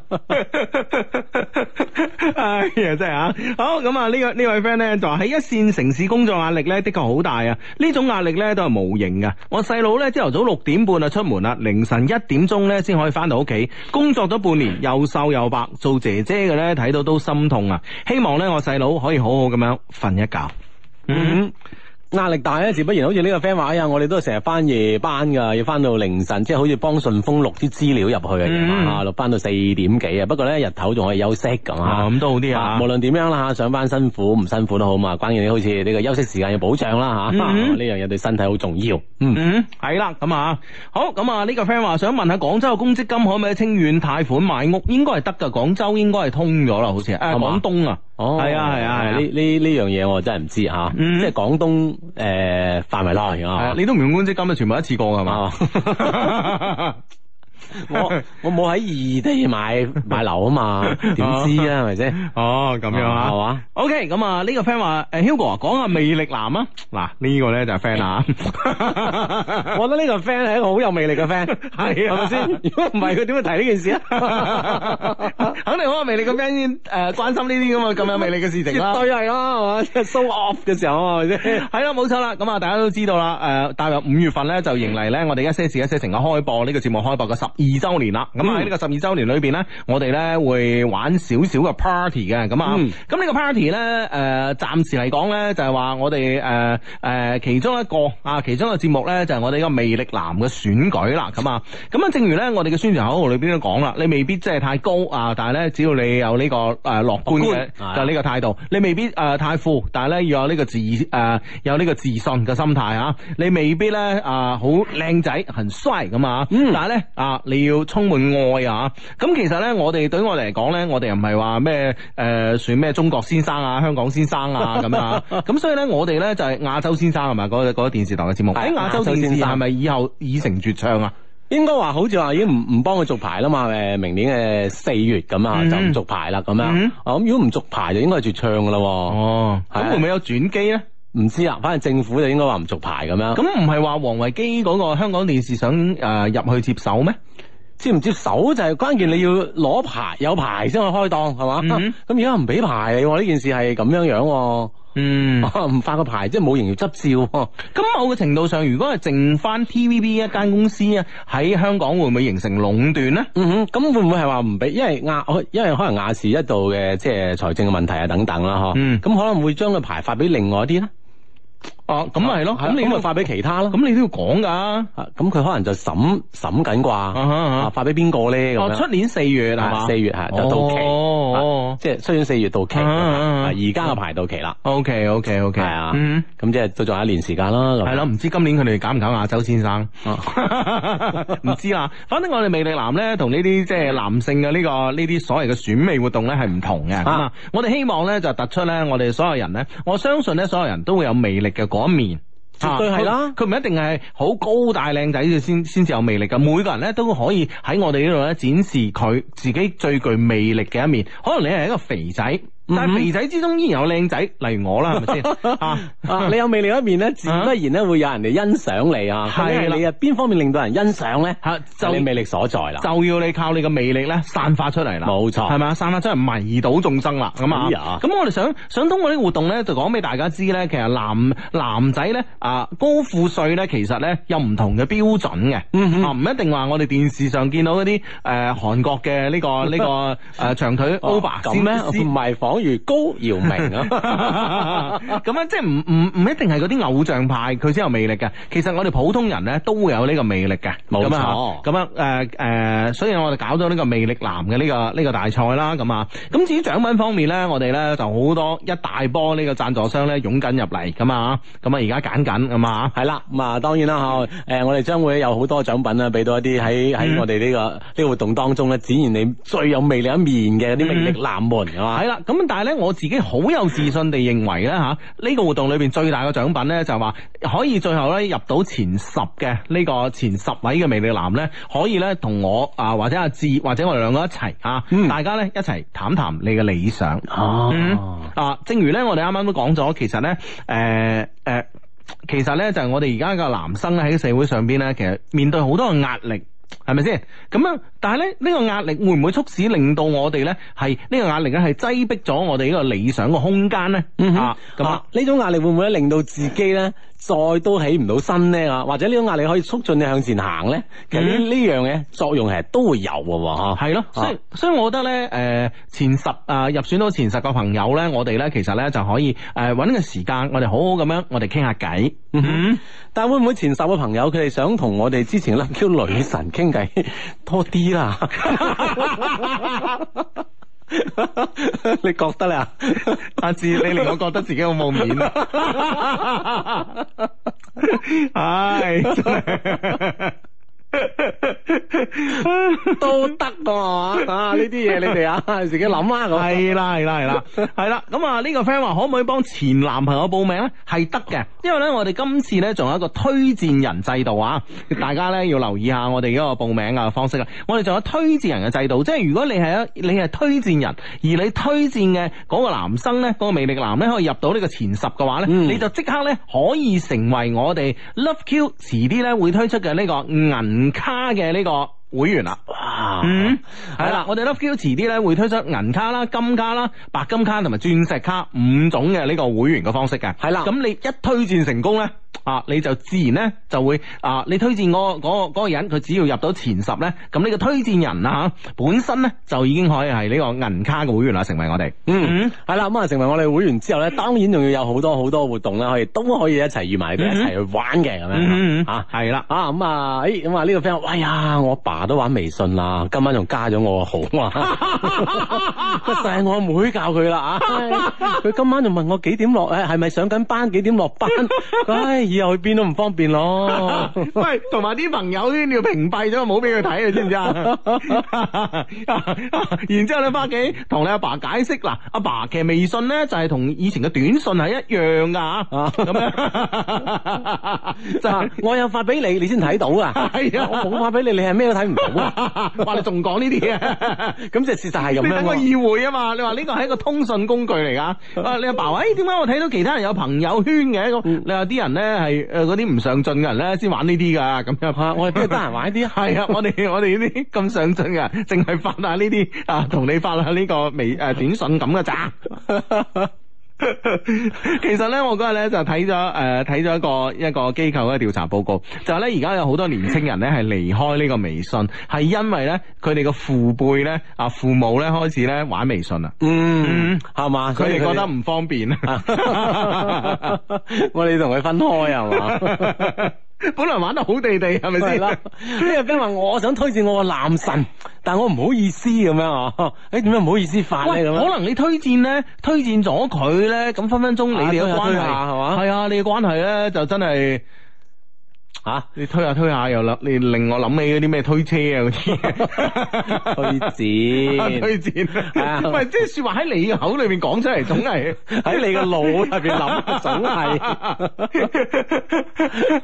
哎呀，真係啊！好咁啊，呢個呢位 friend 咧就話哎喺一線城市工作壓力咧，的確好大啊！呢種壓力咧都係無形嘅。我細佬咧朝頭早六點半啊出門啦，凌晨一點鐘咧先可以翻到屋企。工作咗半年，又瘦又白，做姐姐嘅咧睇到都心痛啊！希望咧我細佬可以好好咁樣瞓一覺。
嗯，壓力大咧，啊自不然好似呢個 friend 話，哎呀，我哋都成日翻夜班㗎，要翻到凌晨，即係好似幫順豐錄啲資料入去啊，夜晚
嗯
啊，錄翻到四點幾啊。不過咧，日頭仲可以休息咁
啊，
啊。
咁都好啲
啊
啊！
無論點樣啦嚇，上班辛苦唔辛苦都好嘛，關鍵你好似呢個休息時間要保障啦嚇，
嗯
呢樣嘢對身體好重要。嗯，
嗯，係啦，咁啊，好，咁啊，呢個 friend 話想問下廣州嘅公積金可唔可以清遠貸款買屋？應該係得噶，廣州應該係通咗啦，好似係，誒，
係嘛
廣東啊，
哦，
係啊係啊係啊
呢呢呢樣嘢我真係唔知吓，
嗯
即係廣東誒範圍內
係
啊
啊，。你都唔用公積金啊，全部一次過㗎嘛？
啊我我冇喺異地買買樓啊嘛，點知啊係咪先？
哦，咁樣啊
係。嘛？
O K，咁啊呢個 friend 話，誒 Hugo 啊，講下魅力男啊，嗱呢個咧就係 friend 啊啦，
我覺得呢個 friend 係一個好有魅力嘅 friend，
係
係
啊
咪先？如果唔係佢點會提呢件事啊？
肯定好有魅力嘅 friend 誒關心呢啲咁嘅咁有魅力嘅事情啦
絕。對係啦，係 嘛？即係 show off 嘅時候啊，係咪 先？
係啦，冇錯啦，咁啊，大家都知道啦，誒、大約五月份咧就迎嚟咧我哋一些事一些情嘅開播呢、個節目開播嘅十二周年啦。咁
嗯
啊喺呢個十二周年裏邊咧，我哋咧會玩少少嘅 party 嘅，咁啊，咁
嗯
呢、個 party 咧，誒、暫時嚟講咧就係話我哋誒誒其中一個啊，其中一個節目咧就係我哋一個魅力男嘅選舉啦，咁啊，咁啊，正如咧我哋嘅宣傳口號裏邊都講啦，你未必即係太高啊，但係咧只要你有呢、個誒樂觀嘅
樂觀
就呢個態度，你未必誒、呃太富，但係咧要有呢個自誒、呃有呢個自信嘅心態啊！你未必咧啊好靚仔，很帥咁啊，但係咧啊你要充滿愛啊！咁其實咧，我哋對於我哋嚟講咧，我哋又唔係話咩誒算咩中國先生啊、香港先生 啊咁啊，咁所以咧我哋咧就係、亞洲先生係啊咪？嗰、嗰個電視台嘅節目，
係
喺亞洲
亞洲
電視
先生
係咪以後已成絕唱啊？
應該話好似話已經唔唔幫佢續牌啦嘛，誒明年嘅四月咁啊
嗯
就唔續牌啦咁樣，
嗯
啊咁如果唔續牌就應該係絕唱噶啦喎，
哦，咁
係
會唔會有轉機咧？
唔知啊，反正政府就應該話唔續牌咁樣，
咁唔係話王維基嗰個香港電視想誒、呃入去接手咩？
接唔接手就係關鍵，你要攞牌有牌先可以開檔係嘛
嗯，
咁而家唔俾牌你喎，呢件事係咁樣樣喎。
嗯，
唔發個牌，即係冇營業執照喎。
咁某個程度上，如果係剩翻 TVB 一間公司啊，喺香港會唔會形成壟斷呢？
嗯哼，咁會唔會係話唔俾？因為亞，因為可能亞視一度嘅即係財政嘅問題啊等等啦，嗬、
嗯
咁可能會將個牌發俾另外一啲咧。
哦，咁咪係咯，
係
咁你
咁咪
都
發俾其他咯。
咁你都要講㗎。啊
啊咁佢可能就審審緊啩，
哈啊
啊發俾邊個咧咁
哦，出
樣？
年四月係嘛？
啊四月係就到期，
哦
啊即係雖然四月到期，
啊啊啊
啊而家個牌到期啦，
，OK OK OK，
係啊
嗯，
咁即係都仲有一年時間啦。咁
係啦，唔知今年佢哋搞唔搞亞洲先生？
啊
唔知啦，反正我哋魅力男咧，同呢啲即係男性嘅呢、個呢啲所謂嘅選美活動咧係唔同嘅。咁啊，我哋希望咧就突出咧，我哋所有人咧，我相信咧所有人都會有魅力嘅嗰一面。
絕對係啦
啊佢佢唔一定係好高大靚仔先先至有魅力噶，每個人咧都可以喺我哋呢度咧展示佢自己最具魅力嘅一面。可能你係一個肥仔，但
嗯
係肥仔之中依然有靚仔，例如我啦，係咪 先啊？
啊，你有魅力一面咧，自不然咧會有人嚟欣賞你啊。
係啦
咁你啊邊方面令到人欣賞咧？
吓
就
啊就
你魅力所在啦。
就要你靠你嘅魅力咧散發出嚟啦，
冇錯
係咪啊？散發出嚟迷倒眾生啦，咁
哎呀
啊，咁我哋想想通過呢個活動咧，就講俾大家知咧，其實男男仔咧啊高富帥咧，其實咧有唔同嘅標準嘅，
嗯哼
啊唔一定話我哋電視上見到嗰啲誒韓國嘅呢個呢 個誒長腿
o
o
v
b
e
a
咁咩？唔係仿如高姚明 啊，
咁樣即係唔唔唔一定係嗰啲偶像派佢先有魅力嘅，其實我哋普通人咧都會有呢個魅力嘅。
冇錯
咁啊咁啊誒誒，所以我哋搞咗呢個魅力男嘅呢、個呢、個大賽啦，咁啊，咁至於獎品方面咧，我哋咧就好多一大波呢個贊助商咧湧緊入嚟咁啊，咁啊而家揀緊咁啊。
係啦，咁啊當然啦
嗯
嚇，誒我哋將會有好多獎品啦，俾到一啲喺喺我哋呢個呢個活動當中咧，展現你最有魅力一面嘅啲魅力男們係嘛
係？啦，咁但係咧，我自己好有自信地認為咧吓，呢、個活動裏邊最大嘅獎品咧就係話可以最後咧入到前十嘅呢、個前十位嘅魅力男咧，可以咧同我啊或者阿志或者我哋兩個一齊啊，
嗯
大家咧一齊談談你嘅理想。
哦
嗯，啊，正如咧，我哋啱啱都講咗，其實咧，誒、誒、其實咧就係我哋而家嘅男生咧喺社會上邊咧，其實面對好多嘅壓力。係咪先？咁啊，但係咧呢、呢個壓力會唔會促使令到我哋咧係呢個壓力咧係擠迫咗我哋呢個理想嘅空間咧？
嗯哼
啊，咁啊
啊，呢種壓力會唔會令到自己咧再都起唔到身咧啊？或者呢種壓力可以促進你向前行咧？其實呢
嗯
呢樣嘢作用係都會有嘅喎嚇。
係咯，所以所以我覺得咧，誒、前十啊、入選到前十個朋友咧，我哋咧其實咧就可以誒揾、個時間，我哋好好咁樣，我哋傾下偈。嗯，
但係會唔會前十嘅朋友佢哋想同我哋之前嘅 Q 女神傾偈多啲啦？
嗯
你覺得啊咧？
阿志，你令我覺得自己好冇面啊！ 唉，真係。
都得噶係嘛？啊，呢啲嘢你 哋啊自己諗啊咁。
系啦系啦系啦，系啦。咁啊呢個 friend 話可唔可以幫前男朋友報名咧？啊係得嘅，因為咧我哋今次咧仲有一個推薦人制度啊，大家咧要留意下我哋嗰個報名嘅方式啊。我哋仲有推薦人嘅制度，即係如果你係一你係推薦人，而你推薦嘅嗰個男生咧，嗰、個魅力男咧可以入到呢個前十嘅話咧，
嗯
你就即刻咧可以成為我哋 Love Q 遲啲咧會推出嘅呢個銀卡嘅呢個會員啦。
哇
嗯，系啦，我哋 Love Q 遲啲咧會推出銀卡啦、金卡啦、白金卡同埋鑽石卡五種嘅呢個會員嘅方式嘅。
係啦
咁你一推薦成功咧，啊，你就自然咧就會啊，你推薦嗰、嗰個嗰個人，佢只要入到前十咧，咁呢個推薦人啊吓，本身咧就已經可以係呢個銀卡嘅會員啦，成為我哋。
嗯，系啦，咁啊，成為我哋會員之
嗯
後咧，當然仲要有好多好多活動啦，可以都可以一齊預埋你哋一齊去玩嘅咁
嗯
樣啊。
系啦。
啊咁啊，诶咁啊呢個 friend，話哎呀，我阿爸都玩微信啦，今晚仲加咗我個號 啊，就係我妹教佢啦 啊，唉佢今晚仲問我幾點落，诶係咪上緊班，幾點落班，唉以後去邊都唔方便咯。
喂，同埋啲朋友圈要屏蔽咗，唔好俾佢睇，你知唔知啊？ 然之後咧，翻屋企同你阿爸解釋嗱，阿爸其實微信咧就係同以前嘅短信係一樣 㗎啊咁樣就係
啊我有發俾你，你先睇到啊，
係啊
我冇發俾你，你係咩都睇唔到啊，
哇！你仲講呢啲嘢？
咁就事實係咁
你
樣
等我
喎。
意會啊嘛！你話呢個係一個通訊工具嚟噶。啊，你阿爸話：，誒點解我睇到其他人有朋友圈嘅？咁
嗯
你話啲人咧係誒呃嗰啲唔上進嘅人咧先玩呢啲㗎，咁樣
啊我哋邊度得閒玩啲啊？
系啊，我哋 我哋呢啲咁上進嘅，淨係發下呢啲啊，同你發下呢個微诶短信咁嘅咋。 其實咧，我嗰日咧就睇咗诶睇咗一個一個機構嘅調查報告，就係咧而家有好多年青人咧係離開呢個微信，係因為咧佢哋嘅父輩咧啊父母咧開始咧玩微信啊，
嗯，係嘛？
佢
所以
哋覺得唔方便啊。
我哋同佢分開啊係嘛？
本來玩得好地 地，係咪
係
先？
啦，呢個 friend 話我想推薦我個男神，但我唔好意思咁樣啊。誒點解唔好意思發
喂，
咧咁樣？啊
可能你推薦咧，推薦咗佢咧，咁分分鐘
啊
你哋嘅關係
推下推下係嘛
係啊，你嘅關係咧就真係
嚇、
你推下推下又諗，你令我諗起嗰啲咩推車啊嗰啲。
推薦
推薦，
啊
喂，即係説話喺你嘅口裏面講出嚟，總係
喺你 個
哦
腦入邊諗，總係。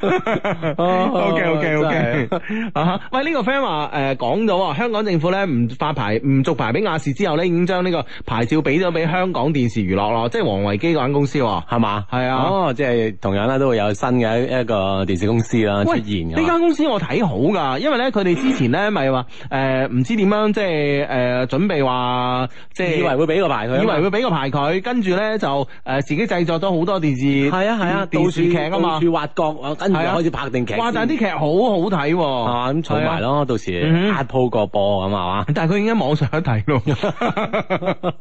O K O K O
真
K 啊！喂，呢、個 friend 話誒講咗喎，香港政府咧唔發牌唔續牌俾亞視之後咧，已經將呢個牌照俾咗俾香港電視娛樂咯，即係黃維基嗰間公司喎。
係嘛？
係啊
哦，即係同樣啦，都會有新嘅一一個電視公司啦出
喂，
現啊㗎
呢
嘛。
間公司我睇好㗎，因為咧佢哋之前咧咪話誒唔知點樣即係誒、呃、準備話即係
以為會俾個牌佢啊嘛，
以為會俾個牌佢，跟住咧就誒、呃自己製作咗好多電視
係啊係啊，
電視劇啊
到
嘛
處，挖角，啊跟住
係啊
開始拍定劇先。
哇！但係啲劇好好睇喎，
啊咁儲埋
係啊。
咯，到時
嗯
壓鋪個波咁係嘛。
但係佢已經喺網上一睇咯。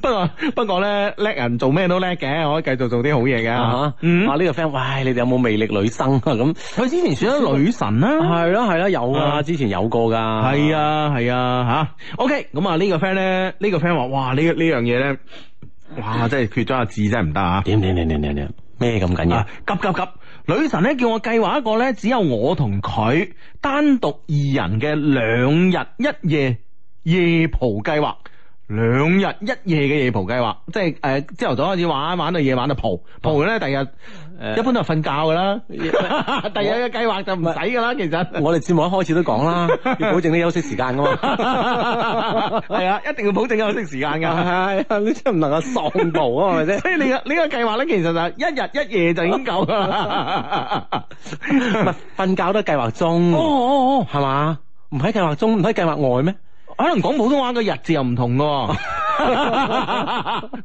不過不過咧，叻人做咩都叻嘅，可以繼續做啲好嘢嘅。
啊！
嗯
啊呢個 friend，喂，你哋有冇魅力女生啊？咁
佢之前選咗女神啦、
係咯係咯，有啊，
啊
之前有過㗎。
係，啊係啊吓、OK，咁啊呢個 friend 咧，呢個 friend 話，哇呢呢樣嘢咧，哇真係缺咗阿志真係唔得啊！
點點點點點點，咩咁緊要
啊？急急急！女神咧叫我計劃一個咧只有我同佢單獨二人嘅兩日一夜夜蒲計劃。兩日一夜嘅夜蒲計劃，即係誒朝頭早開始玩，玩到夜晚就蒲，蒲咧第日、一般都係瞓覺噶 啦，第日嘅計劃就唔使噶啦，其實。
我哋節目一開始都講啦，要保證啲休息時間㗎嘛。
係啊，一定要保證休息時間㗎。
係啊，你真係唔能夠喪步啊，係咪先？
所以你嘅你個計劃咧，其實就係一日一夜就已經夠㗎啦。
咪瞓覺都係計劃中，
哦哦，
係嘛？唔喺計劃中，唔喺計劃外咩？
可能講普通話嘅日字又唔同㗎喎，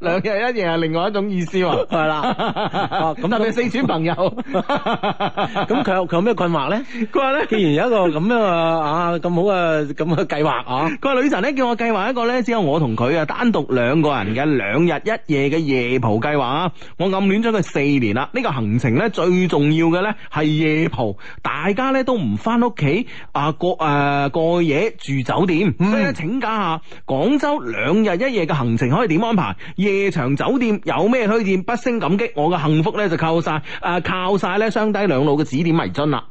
兩日一夜係另外一種意思喎。
係啦
啊咁特別四川朋友，咁
咁佢有佢有咩困惑咧？
佢話咧。
既然有一個咁樣嘅啊咁好嘅咁嘅計劃啊，
佢話女神咧叫我計劃一個咧，只有我同佢啊單獨兩個人嘅兩日一夜嘅夜蒲計劃啊！我暗戀咗佢四年啦，呢、個行程咧最重要嘅咧係夜蒲，大家咧都唔翻屋企啊過誒、呃過夜住酒店，所以咧請教下廣州兩日一夜嘅行程可以點安排？夜場酒店有咩推薦？不啊勝感激，我嘅幸福咧就靠晒誒、呃靠晒咧雙低兩老嘅指點迷津啦。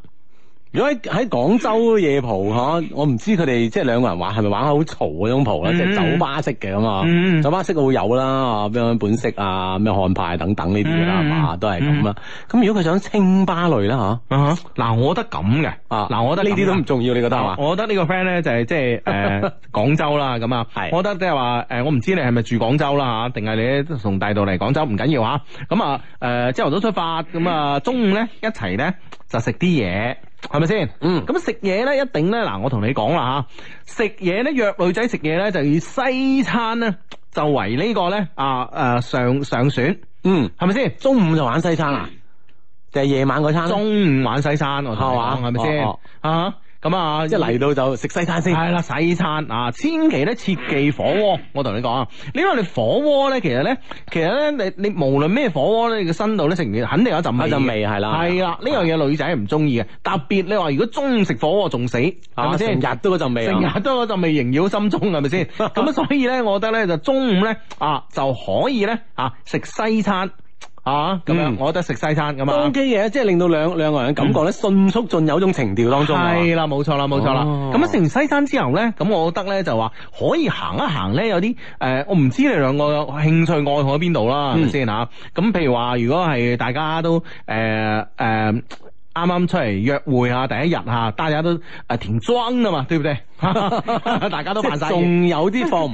如果喺喺廣州夜蒲嗬，我唔知佢哋即係兩個人玩係咪玩好嘈嗰種蒲啦，啊即係
嗯嗯
酒吧式嘅咁啊。
嗯
酒吧式會有啦，啊咩本色啊，咩漢派等等呢啲嘅啦，係嘛，
嗯
都係咁啦。咁如果佢想清吧類啦
啊哈嗱，我覺得咁嘅，
吓，啊
嗱，我覺得
呢啲都
咁嘅
唔重要，你覺得係嘛？
我覺得呢個 friend 咧就係即 係誒廣州啦咁啊
係，
我覺得即係話誒，我唔知你係咪住廣州啦嚇，定係你從大度嚟廣州唔緊要嚇。咁啊誒，朝頭早出發，咁
嗯
啊中午咧一齊咧就食啲嘢，係咪先？
嗯
咁食嘢咧一定咧嗱，我同你講啦嚇，食嘢咧約女仔食嘢咧就以西餐咧就為呢個咧啊誒上上選，
嗯，
係咪先？
中午就玩西餐啊，定係夜晚嗰餐
嗯
呢？啊
中午玩西餐，我同你
嗯係
講
嘛
係咪先
哦
啊？咁啊，
即係嚟到就食西餐先。
系啦，西餐啊，千祈咧切忌火鍋。我同你講啊，因為你火鍋咧，其實咧，其實咧，你你無論咩火鍋咧，你個身度咧食完肯定有一陣
一陣味係啦
係啦，呢樣嘢女仔唔中意嘅，特別你話如果中午食火鍋仲死，係
啊，
咪
成
先？
日都嗰陣味
成
啊。
日都有陣味縈繞心中，係咪 先？咁啊所以咧，我覺得咧就中午咧啊就可以咧啊食西餐啊咁樣，
嗯
我覺得食西餐咁
都
啊。
OK 嘅，即係令到兩兩個人感覺咧迅速進入一種情調當中啊。
嗯係啦，冇錯啦，冇錯啦。
哦
咁啊食完西餐之後咧，咁我覺得咧就話可以行一行咧，有啲誒、呃我唔知你兩個興趣愛好喺邊度
嗯
啦，係咪先嚇？咁譬如話，如果係大家都誒誒。呃啱啱出嚟約會啊，第一日啊，大家都誒填妝啊嘛，對唔 對？大家都扮晒嘢
仲有啲放唔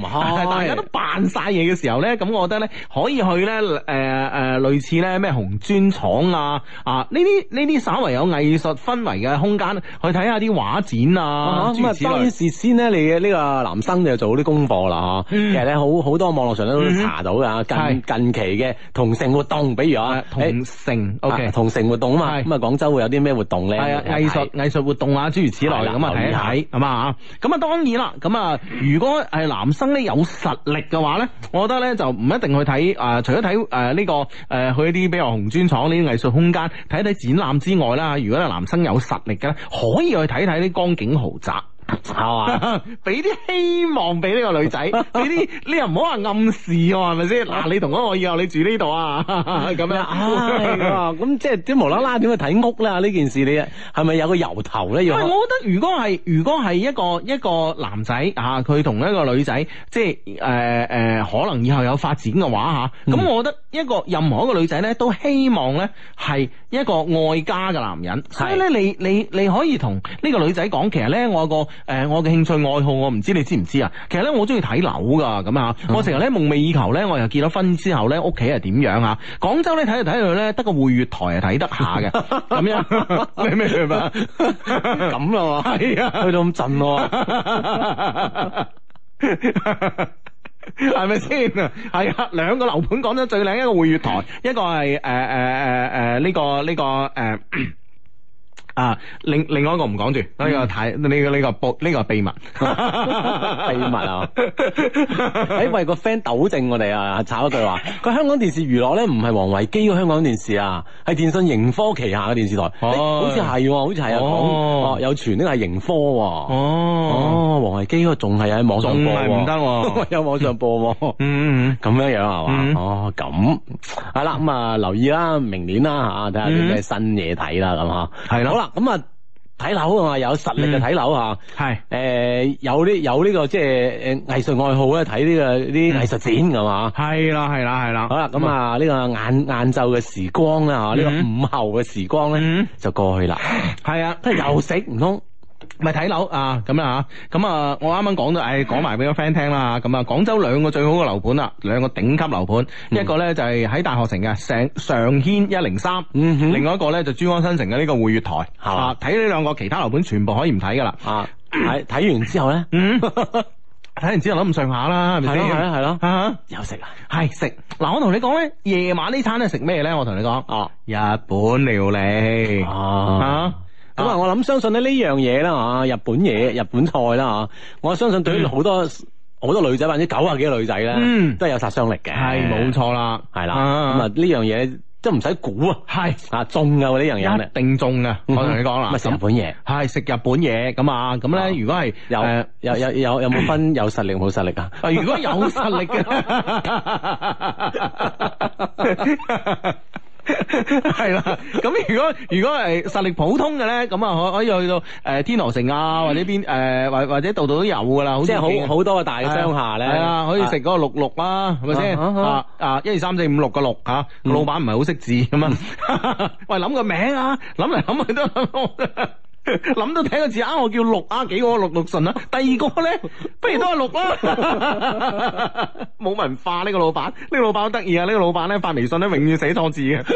開，
大家都扮晒嘢嘅時候咧，咁我覺得咧可以去咧誒誒類似咧咩紅磚廠啊啊呢啲呢啲稍為有藝術氛圍嘅空間，去睇下啲畫展啊
啊，
諸
咁
如
啊
此，
當然
類。
事先咧，你嘅呢個男生就做好啲功課啦嚇。
嗯
其實咧，好好多網絡上咧都
嗯
查到噶，近近期嘅同性活動，比如啊
啊，同性
誒
OK
啊。同性活動啊嘛，
係
咁啊廣州會有啲咩活動咧？
係啊，藝術藝術活動啊，諸如此
係
類
啦
咁啊，睇
留意
一
下
睇咁啊，咁啊當然啦，咁啊如果係男生咧有實力嘅話咧，我覺得咧就唔一定去睇啊、除咗睇誒呢個誒、呃去一啲比如紅磚廠呢啲藝術空間睇一睇展覽之外啦，如果係男生有實力嘅咧，可以去睇睇啲江景豪宅。
係嘛？
俾啲希望俾呢個女仔，俾啲你又唔好話暗示喎，係咪先？嗱，你同我我以後你住呢度啊，咁樣
唉咁啊咁即係啲無啦啦點去睇屋啦？呢件事你係咪有個由頭咧
因
要
為？我覺得如果係如果係一個一個男仔啊，佢同一個女仔，即係誒誒，可能以後有發展嘅話吓，咁、
嗯
我覺得一個任何一個女仔咧，都希望咧係一個愛家嘅男人，所以咧你你你可以同呢個女仔講，其實咧我有個誒、呃我嘅興趣愛好，我唔知你知唔知啊？其實咧我中意睇樓噶咁啊，我成日咧夢寐以求咧，我又結咗婚之後咧，屋企係點樣啊？廣州咧睇嚟睇去咧，得個匯月台係睇得下嘅，咁樣 你明唔明白？
咁咯喎，
係啊，
去到咁震咯喎。
系咪先啊？系啊，兩個樓盤講得最靚，一個匯月台，一個係誒誒誒誒呢個呢、個誒。啊，另另外一個唔講住，呢、
嗯
個太呢、個呢、個秘呢、個秘密，秘
密啊！ 哎，喂，個 friend 糾正我哋啊，炒一句話，佢香港電視娛樂咧唔係王維基嘅香港電視啊，係電信盈科旗下嘅電視台，哎好似係喎，好似係啊，講
哦
哦有傳呢個係盈科喎，
哦，
哦，王維基嗰個仲係喺網上
仲
播
係唔得
喎，
喎，
有網上播喎。
嗯嗯
咁樣樣係
嗯
嘛？哦，咁係啦，咁啊留意啦，明年啦嚇，睇下啲咩新嘢睇啦咁嚇。
嗯係啦
好啦，咁啊睇樓啊嘛，有實力嘅睇樓嚇。
嗯，係。
誒、有呢有呢、個即係誒藝術愛好咧，睇呢、個啲藝術展咁嘛。
係啦，係啦，係啦。
好啦，咁啊呢個晏晏晝嘅時光啦，嚇呢
嗯
個午後嘅時光咧
嗯
就過去啦，
係啊，
又食唔通
咪睇樓啊，咁啦吓，咁啊，我啱啱講到，唉，講埋俾個 friend 聽啦，咁啊，廣州兩個最好嘅樓盤啦，兩個頂級樓盤，
嗯
一個咧就係喺大學城嘅上上軒一零三，
嗯哼
另外一個咧就珠江新城嘅呢個匯月台，
嘛
啊，睇呢兩個其他樓盤全部可以唔睇噶啦，
啊！睇睇完之後咧，
嗯， 睇完之後諗咁上下啦，係咪
係咯
先？
係咯係咯，
啊，
又食啊！
係食嗱，我同你講咧，夜晚呢餐咧食咩咧？我同你講，
哦
日本料理
啊！
啊，
咁啊，我諗相信咧呢樣嘢啦嚇，日本嘢、日本菜啦嚇，我相信對於好多好多女仔，或者九啊幾個女仔咧，
嗯
都係有殺傷力嘅。
係冇，錯啦，
係啦。
啊
咁啊，呢樣嘢真唔使估啊！
係。
啊，中噶喎呢樣嘢咧
一，定中啊！我同你講啦，
咪食日本嘢，
係食日本嘢咁啊，咁
啊
咧如果係
有
誒
有有有 有冇分有實力冇實力啊？
啊如果有實力嘅，系啦，咁如果如果係實力普通嘅咧，咁啊可可以去到诶天河城啊，或者邊诶或或者度度都有噶啦，好
即係
好
好好多個大嘅商廈咧，
系啊，可以食嗰個六六啦，係咪先？
啊嗯啊
啊啊，一二三四五六個六吓，個老闆唔係好識字咁啊。 喂，諗個名啊，諗嚟諗去都諗到睇個字啊，我叫六啊，幾個六六順啊。第二個咧，不如都係六啦。 冇文化呢個老闆，呢個老闆好得意啊！呢個老闆咧發微信咧，永遠寫錯字嘅，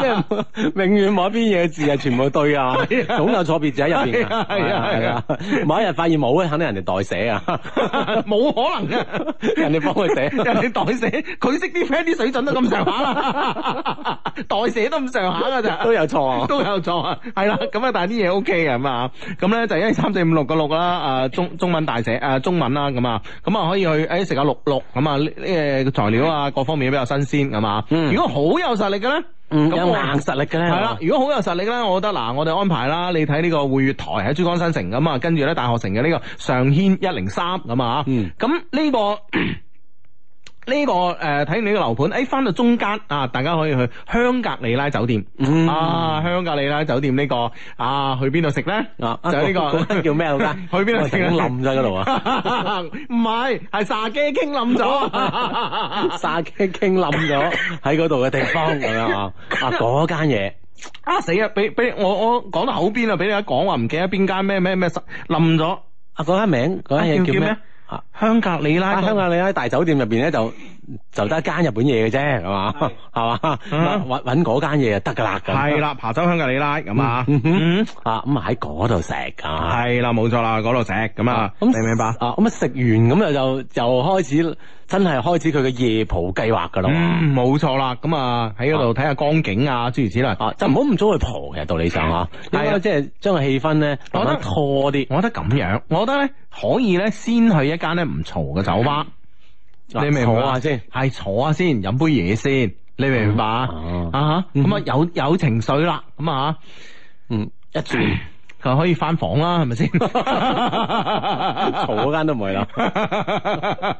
即係永遠某一邊嘢字係全部對啊，總有錯別字喺入邊㗎
係啊係啊係啊，
某一日發現冇咧，肯定人哋代 寫啊，
冇可能嘅。
人哋幫佢 寫，
人哋代寫，佢識啲 friend 啲水準都咁上下 啦，代寫都咁上下噶咋。
都有錯啊。
都有錯啊，係啦，咁啊，但係啲嘢 O K 嘅咁啊，咁咧就一三四五六個六啦，啊中中文大寫啊中文啦咁啊，咁啊可以去誒食下六六咁啊，呢呢個材料啊各方面都比較新鮮咁啊，
嗯
如果好有實力嘅咧。
嗯，有
咁我
硬實力嘅咧，
係啦，如果好有實力咧，我覺得嗱，我哋安排啦，你睇呢個匯月台喺珠江新城咁啊，跟住咧大學城嘅呢個上軒一零三咁啊，
嗯
咁呢、個。呢、個 呃誒睇、完呢個樓盤，誒、翻到中間啊，大家可以去香格里拉酒店、
嗯
啊，香格里拉酒店呢、個啊，去邊度食咧？
啊，
就係呢、個
個叫咩啊嗰間？
去邊度啊
我
食
成
咧
功冧咗嗰度 啊！
唔係，係沙基傾冧咗。
沙棘傾冧咗喺嗰度嘅地方咁樣啊！啊，嗰間嘢
啊死啊！俾俾我我講到口邊啊，俾你一講話唔記得邊間咩咩咩冧咗。
啊，嗰間名嗰間嘢叫
叫
咩
咩？
啊，
香格里拉
啊香港你喺大酒店入邊咧就就得一間日本嘢嘅啫，係嘛？係嘛？
嗯
揾揾嗰間嘢就得㗎啦，咁
系啦，琶洲香格里拉咁啊，
嗯
嗯，
啊，咁啊喺嗰度食啊。
系啦，冇錯啦，嗰度食咁啊，
咁
明唔明白？
啊，咁啊食完咁啊就就開始真係開始佢嘅夜蒲計劃㗎啦喎。
嗯，冇錯啦，咁啊喺嗰度睇下光景啊，諸如此類。
啊，就唔好咁早去蒲嘅，道理上啊，
係
應
啊
該即係將個氣氛咧慢
我覺
慢
得
拖啲。
我覺得咁樣，我覺得咧可以咧先去一間咧唔嘈嘅酒吧，
啊
你明唔明
坐
啊
下先，
係坐下先，飲杯嘢先，你明唔明白啊？
哦
啊哈，咁啊
嗯
有有情緒啦，咁啊
嗯，一轉
佢可以翻房啦，係咪先？嘈
嘈嗰間都唔會啦。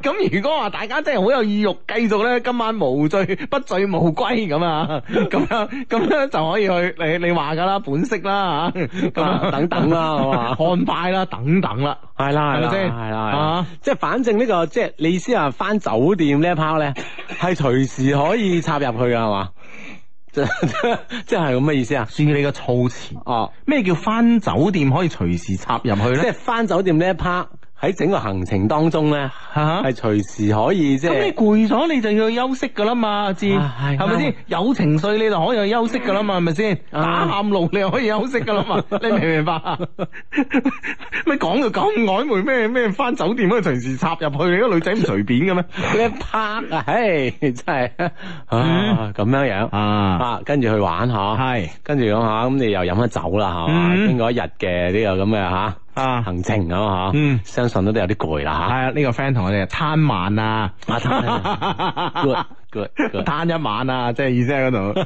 咁如果話大家真係好有意欲，繼續咧今晚無醉不醉無歸咁啊， 咁樣咁樣就可以去你你話噶啦，本色啦吓，咁
啊
啊
等等啦係嘛
漢派啦，等等啦，
係啦，係
係咪
啦，係
先
啦，係啦
啊，
即係反正呢個即係你意思啊，翻酒店呢一 part 咧，係隨時可以插入去㗎，係嘛？ 即即係咁嘅意思啊？
注意你個措辭。
哦，
咩叫翻酒店可以隨時插入去
即
咧？
係翻酒店呢一 part 喺整個行程當中咧，
嚇
係隨時可以即
咁你
係
攰咗你就要休息噶啦嘛，阿志，
啊係
係咪先
啱？
有情緒你就可以去休息噶啦嘛，係咪先？
啊
打喊路你又可以休息噶啦 嘛，你明唔明白啊？咩講到咁曖昧咩咩翻酒店可以隨時插入去，你個女仔唔隨便嘅咩？
呢一 part 啊，唉，真係啊
嗯
咁樣樣
啊，
啊，跟住去玩吓，
係
跟住咁吓，咁你又飲咗酒啦，係嘛？
嗯
經過一日嘅呢個咁嘅吓。
啊，係
行程咁啊，
嗯
相信都都有啲攰啦
啊，呢個 friend 同我哋攤晚啊。
吓。啊，good 啊 good good，
攤一晚啊，即係意思喺嗰 度，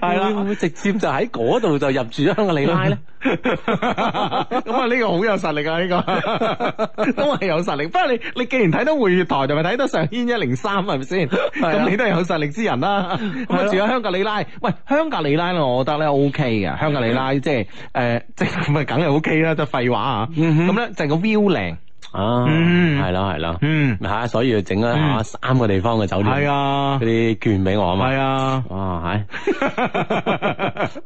係啦
會唔會直接就喺嗰度就入住香格里拉咧？
咁啊，呢個好有實力啊！呢、 個都係有實力。不過你你既然睇到匯月台，就咪睇到上軒一零三係咪先？
啊
咁你都係有實力之人啦。咁
係
啊，
咯
住喺香格里拉，喂，香格里拉咧，我覺得咧 O K 嘅。香格里拉即係誒， 即係咪梗係 O K 啦，即係廢話啊。
嗯哼
咁咧就係個 view 靚，
啊，
嗯
係啦係啦，
嗯，
吓，所以要整咗下
嗯
三個地方嘅酒店，
係，啊
嗰，啲券俾我啊嘛
係。啊。
哇，係，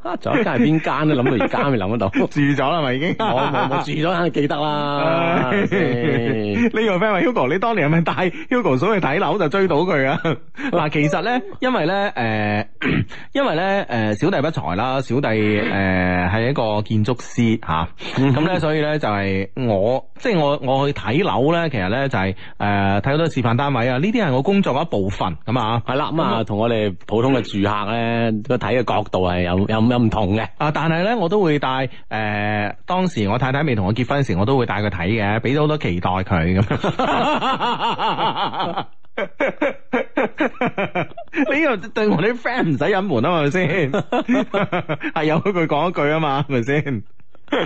啊仲有一間係邊間咧？諗到而家未諗得到。
住咗啦，咪已經。
我我我住咗，肯定記得啦。
唉呢
係
個 friend 話 Hugo，你當年係咪帶 Hugo 嫂去睇樓就追到佢啊？ 嗱，其實咧，因為咧，誒、 因為咧，誒、小弟不才啦，小弟誒係、一個建築師嚇，咁、咧，所以咧就係、我，即係我我去睇樓咧，其實咧就係誒睇好多示範單位啊，呢啲係我工作嘅一部分咁啊。
係啦，咁啊，同我哋普通嘅住客咧，個睇嘅角度係有有有唔同嘅。
啊！但係咧，我都會帶誒、呃，當時我太太未同我結婚時，我都會帶佢睇嘅，俾咗好多期待佢咁。 呢個對我 啲 friend 唔使隱瞞啊嘛，係咪先？係有句講一句啊嘛，係咪先？
好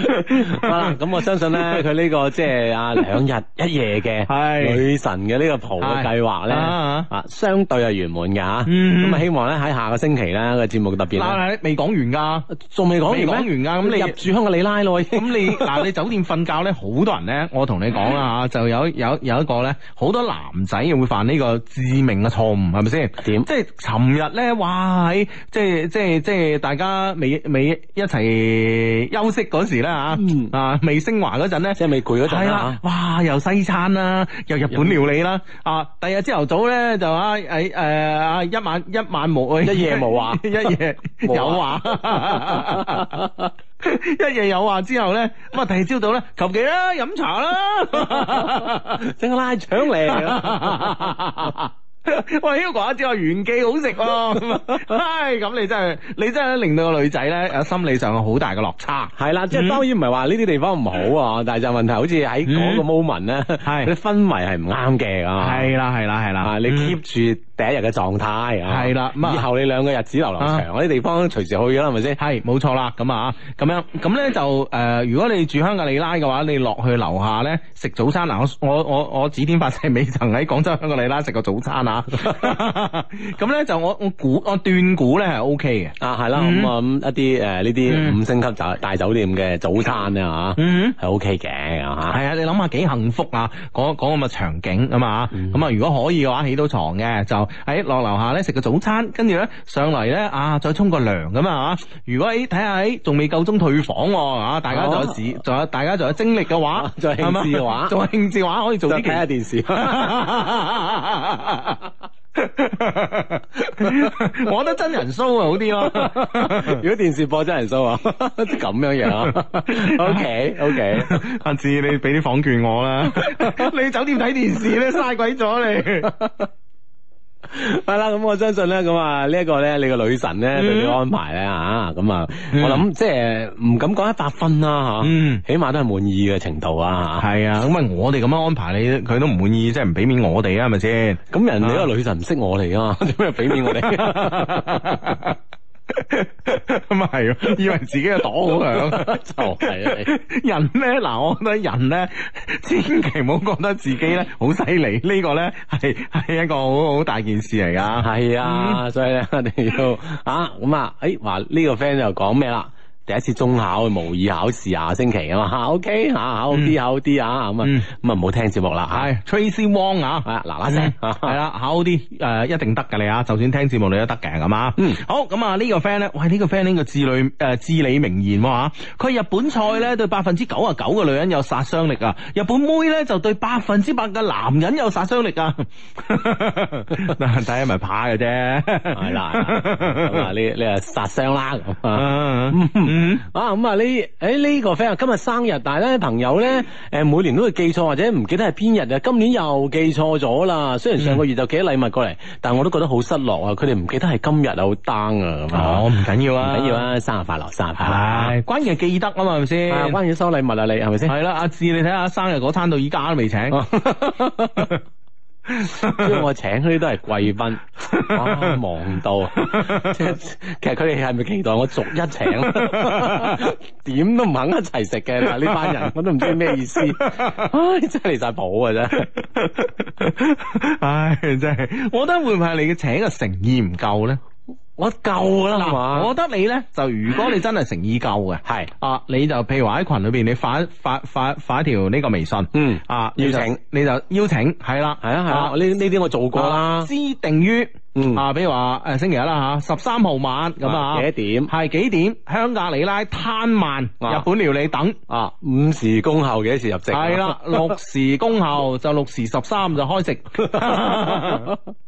啦，咁我相信咧，佢呢個即係啊兩日一夜嘅
係
女神嘅呢個蒲嘅計劃咧，
係啊
啊相對係圓滿嘅吓，
嗯
咁啊希望咧喺下個星期咧個節目特別呢，
嗱，你未講完㗎，
仲未講
未講
完
完
咩？
㗎，咁你
入住香格里拉咯，已 經
咁你嗱，你酒店瞓覺咧，好多人咧，我同你講啦吓，就有有有一個咧，好多男仔會犯呢個致命嘅錯誤，係咪先？
點
即係尋日咧，哇！喺即係即係即係大家未未一齊休息嗰時啦
嗯
吓，啊未升華嗰陣啊咧。
即係未攰嗰陣
係
啦
啦，。哇！又西餐啦，又日本料理啦，啊！第二日朝頭早咧就啊誒誒啊一晚一晚冇
一夜無話
一 夜
無話
有話， 一夜有話之後咧，咁啊第二朝早咧求其啦 飲茶啦。
整個拉腸 嚟，
喂，Hugo 阿姐話原記好食喎， 咁啊唉，咁你真係你真係令到個女仔咧有心理上有好大嘅落差。
係啦，即係當然唔係話呢啲地方唔好啊，但係就問題好似喺嗰
嗯嗯
個 moment 咧，
係
啲氛圍係唔啱嘅啊。
係啦係啦係
啊！
啦，
你
嗯
keep 住第一日嘅狀態啊，
係啦咁啊
以後你兩個日子流流長，
啊
嗰啲地方隨時去㗎啦，係咪先？
係冇錯啦，咁啊，咁樣咁咧就誒、呃如果你住香格里拉嘅話，你落去樓下咧食早餐嗱，我我我我指天發誓未曾喺廣州香格里拉食過早餐啊， 咁咧就我我估我斷估咧係 O K 嘅，
啊，係啦，
嗯
咁啊，咁一啲誒呢啲
嗯
五星級酒大酒店嘅早餐啊，嚇
嗯。
係 OK 嘅啊
係啊，你諗下幾幸福啊！嗰嗰咁嘅場景啊嘛，
嗯
咁啊、如果可以嘅話，起到床嘅就喺落樓下咧食個早餐，跟住咧上嚟咧啊再沖個涼咁啊！如果誒睇下誒仲未夠鐘退房喎啊，大家仲有時仲、有大家仲有精力嘅 話，
仲有興致嘅話
係嘛仲有興致嘅話可以
嚇，
做
就
啲
睇下
其
電視。
我覺得真人 show 啊好啲咯。
如果電視播真人 show 啊， 咁樣樣啊 ，OK OK，
阿志，你俾啲房券我啦， 你酒店睇電視咧嘥鬼咗你。
係啦，咁我相信咧，咁啊呢一個咧，你個女神咧
嗯
對你安排咧啊，咁啊，
嗯
我諗即係唔敢講一百分啦嚇，
嗯
起碼都係滿意嘅程度啊。
系啊，咁啊，我哋咁樣安排你，佢都唔滿意，即係唔俾面我哋啊，係咪先？
咁人哋個女神唔識我嚟啊嘛， 點解俾面我哋？
咁啊係，以為自己嘅朵好 響。
就係啊你
人咧，嗱，我覺得人咧，千祈唔好覺得自己咧好犀利，呢、個咧係係一個好好大件事嚟噶。
係
嗯
啊，所以咧 我哋要啊咁啊，誒話呢個 friend 就講咩啦？第一次中考模擬考試下星期啊嘛嚇，OK 嚇考啲考啲
嗯
啊咁啊咁啊唔好聽節目啦嚇。
係 Tracy Wong 啊，
啊嗱 嗱聲
係啦，考啲誒一定得嘅你啊，就算聽節目你都得嘅咁啊。
嗯，
好咁啊呢個 friend 咧，喂呢個 friend 呢個至理誒至理名言喎嚇，佢日本菜咧對百分之九啊九嘅女人有殺傷力啊，日本妹咧就對百分之百嘅男人有殺傷力啊。 嗱睇下咪怕嘅啫，
係
係
啦，咁啊，你你啊殺傷啦咁啊。
嗯嗯
啊咁啊呢誒呢個 friend 啊今日生日，但係咧朋友咧誒每年都會記錯或者唔記得係邊日啊，今年又記錯咗啦。雖然上個月就寄咗禮物過嚟，但我都覺得好失落啊！佢哋唔記得係今日啊，好 down 啊咁啊。
哦唔緊要
唔
啊，
緊要，啊，生日快樂，生日快樂！
係關鍵係記得啊嘛，係咪先？
啊，關於收禮物啊，你係咪先？
係啦，阿志你睇下生日嗰餐到依家都未請。
因為我請嗰啲都係 貴賓，哇忙到，即係其實佢哋係咪期待我逐一請？ 點都唔肯一齊食嘅，但係呢班人我都唔知咩 意思，唉，真係離晒譜啊！真係，
唉，真係，我覺得會唔會係你嘅請嘅誠意唔夠咧？
我夠啦嘛，
我覺得你咧就如果你真係誠意夠嘅，
係
啊，你就譬如話喺群裏邊你發發發發一條呢個微信，
嗯
啊
邀
你就
請
你就邀請，係啦，
係啊係啊，呢呢啲我做過啦
啊，知定於
嗯
啊，比如話誒星期一啦嚇，十三號晚咁啊，
幾多點
係幾點？香格里拉灘漫、
啊
日本料理等。
啊，午時恭候幾時入席？啊
係 啦，六時恭候就六時十三就開 食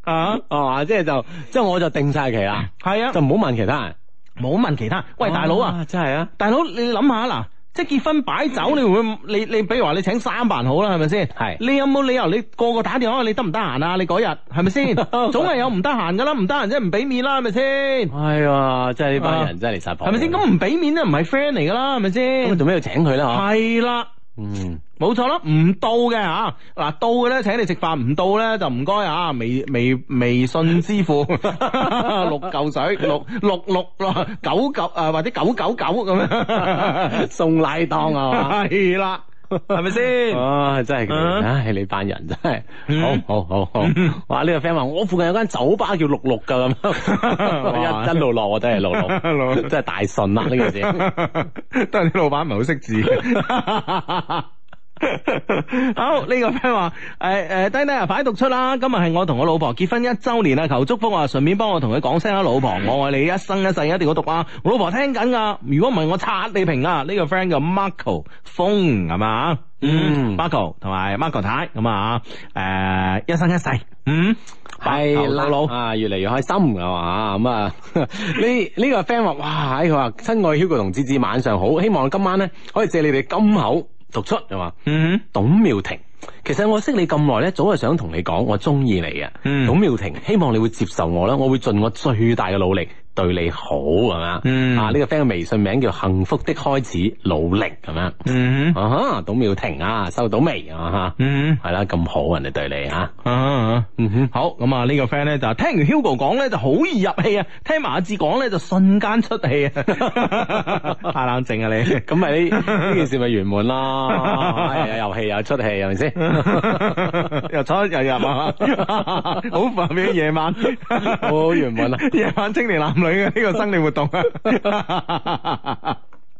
啊，
啊，即係就即係我就定晒期啦，
係啊
就，唔好問其他人。
冇問其他。
哦
喂，大佬啊，，
真係啊！
大佬你諗下嗱，即係結婚擺酒，你會唔會你你比如話你請三百人好啦，係咪先？
係
你有冇理由你個個打電話你得唔得閒啊？你嗰日係咪先？總係有唔得閒噶啦，唔得閒即係唔俾面啦，係咪先？
哎呀，真係
啊
呢班人真係離晒譜，
係咪先？咁唔俾面都唔係 friend 嚟噶啦，係咪
咁啊
先？
做咩要請佢咧？嗬，
係啦，
嗯，
冇錯啦，唔到嘅吓，嗱到嘅咧請你食飯，唔到咧就唔該啊，微微微信支付 六嚿水，六六六 六九九啊或者九九九咁 樣，
送禮當 啊
係啦，係咪先
嘛，？啊，真係，
嗯
唉，你班人真係
嗯，
好好好好，哇！呢個 friend 話我附近有間酒吧叫六六噶 咁，
哇
一一路落我都係六 六，真係大順啦呢個 字。
都係啲老闆唔係好識字。 好呢、個 friend 話誒誒，低低啊，快讀出啦！今日係我同我老婆結婚一周年啦，求祝福啊！順便幫我同佢講聲啊，老婆，我愛你一生一世，一定要讀啊！我老婆聽緊噶，如果唔係我刷你屏啊！呢、個 friend 叫 Marco 風係嘛？
嗯
，Marco 同埋 Marco 太咁啊，誒、一生一世，嗯，
系
白頭到
啦
老，
啊，越嚟越開心㗎嘛，咁啊， 呢呢個 friend 話，哇，佢話親愛 Hugo 同芝芝晚上好，希望今晚咧可以借你哋金口讀出，係嘛？
嗯
董妙婷，其實我識你咁耐咧，早係想同你講我中意你嘅。
嗯
董妙婷，希望你會接受我啦，我會盡我最大嘅努力對你好咁樣。
嗯
啊，呢、個 friend 嘅微信名叫幸福的開始努力咁樣。
嗯
啊哈，董妙婷啊，收到未啊哈？
嗯
係啦，咁好人哋對你啊。
啊啊
嗯哼。
好咁啊！呢個 friend 咧就聽完 Hugo 講咧就好易入戲啊，聽埋阿志講咧就瞬間出戲啊！ 太冷靜啊你！
咁 咪呢呢件事咪圓滿咯，係又入戲又出戲，係咪先？
又出又入啊！ 好煩俾夜晚，
好圓滿啊！
夜晚青年男女嘅呢個生理活動啊！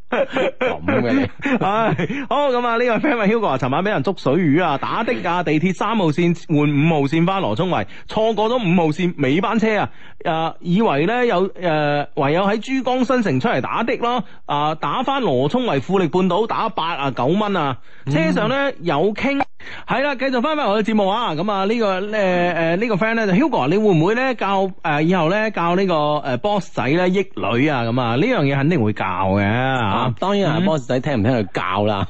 咁嘅你
唉，好咁啊！呢個 friend 話 Hugo 話，尋晚俾人捉水魚啊，打的啊，地鐵三號線換五號線翻羅沖圍，錯過咗五號線尾班車啊！誒、以為咧有誒、唯有喺珠江新城出嚟打的咯，啊、打翻羅沖圍富力半島打八啊九蚊啊！車上咧有傾。係啦，繼續翻返我嘅節目啊！咁啊，呢個誒誒呢個 friend 咧就 Hugo 啊，你會唔會咧教誒以後咧教呢個誒 boss 仔咧益女啊？咁啊，呢樣嘢肯定會教嘅啊
啊！，當然啊
嗯
，boss 仔聽唔聽佢教啦，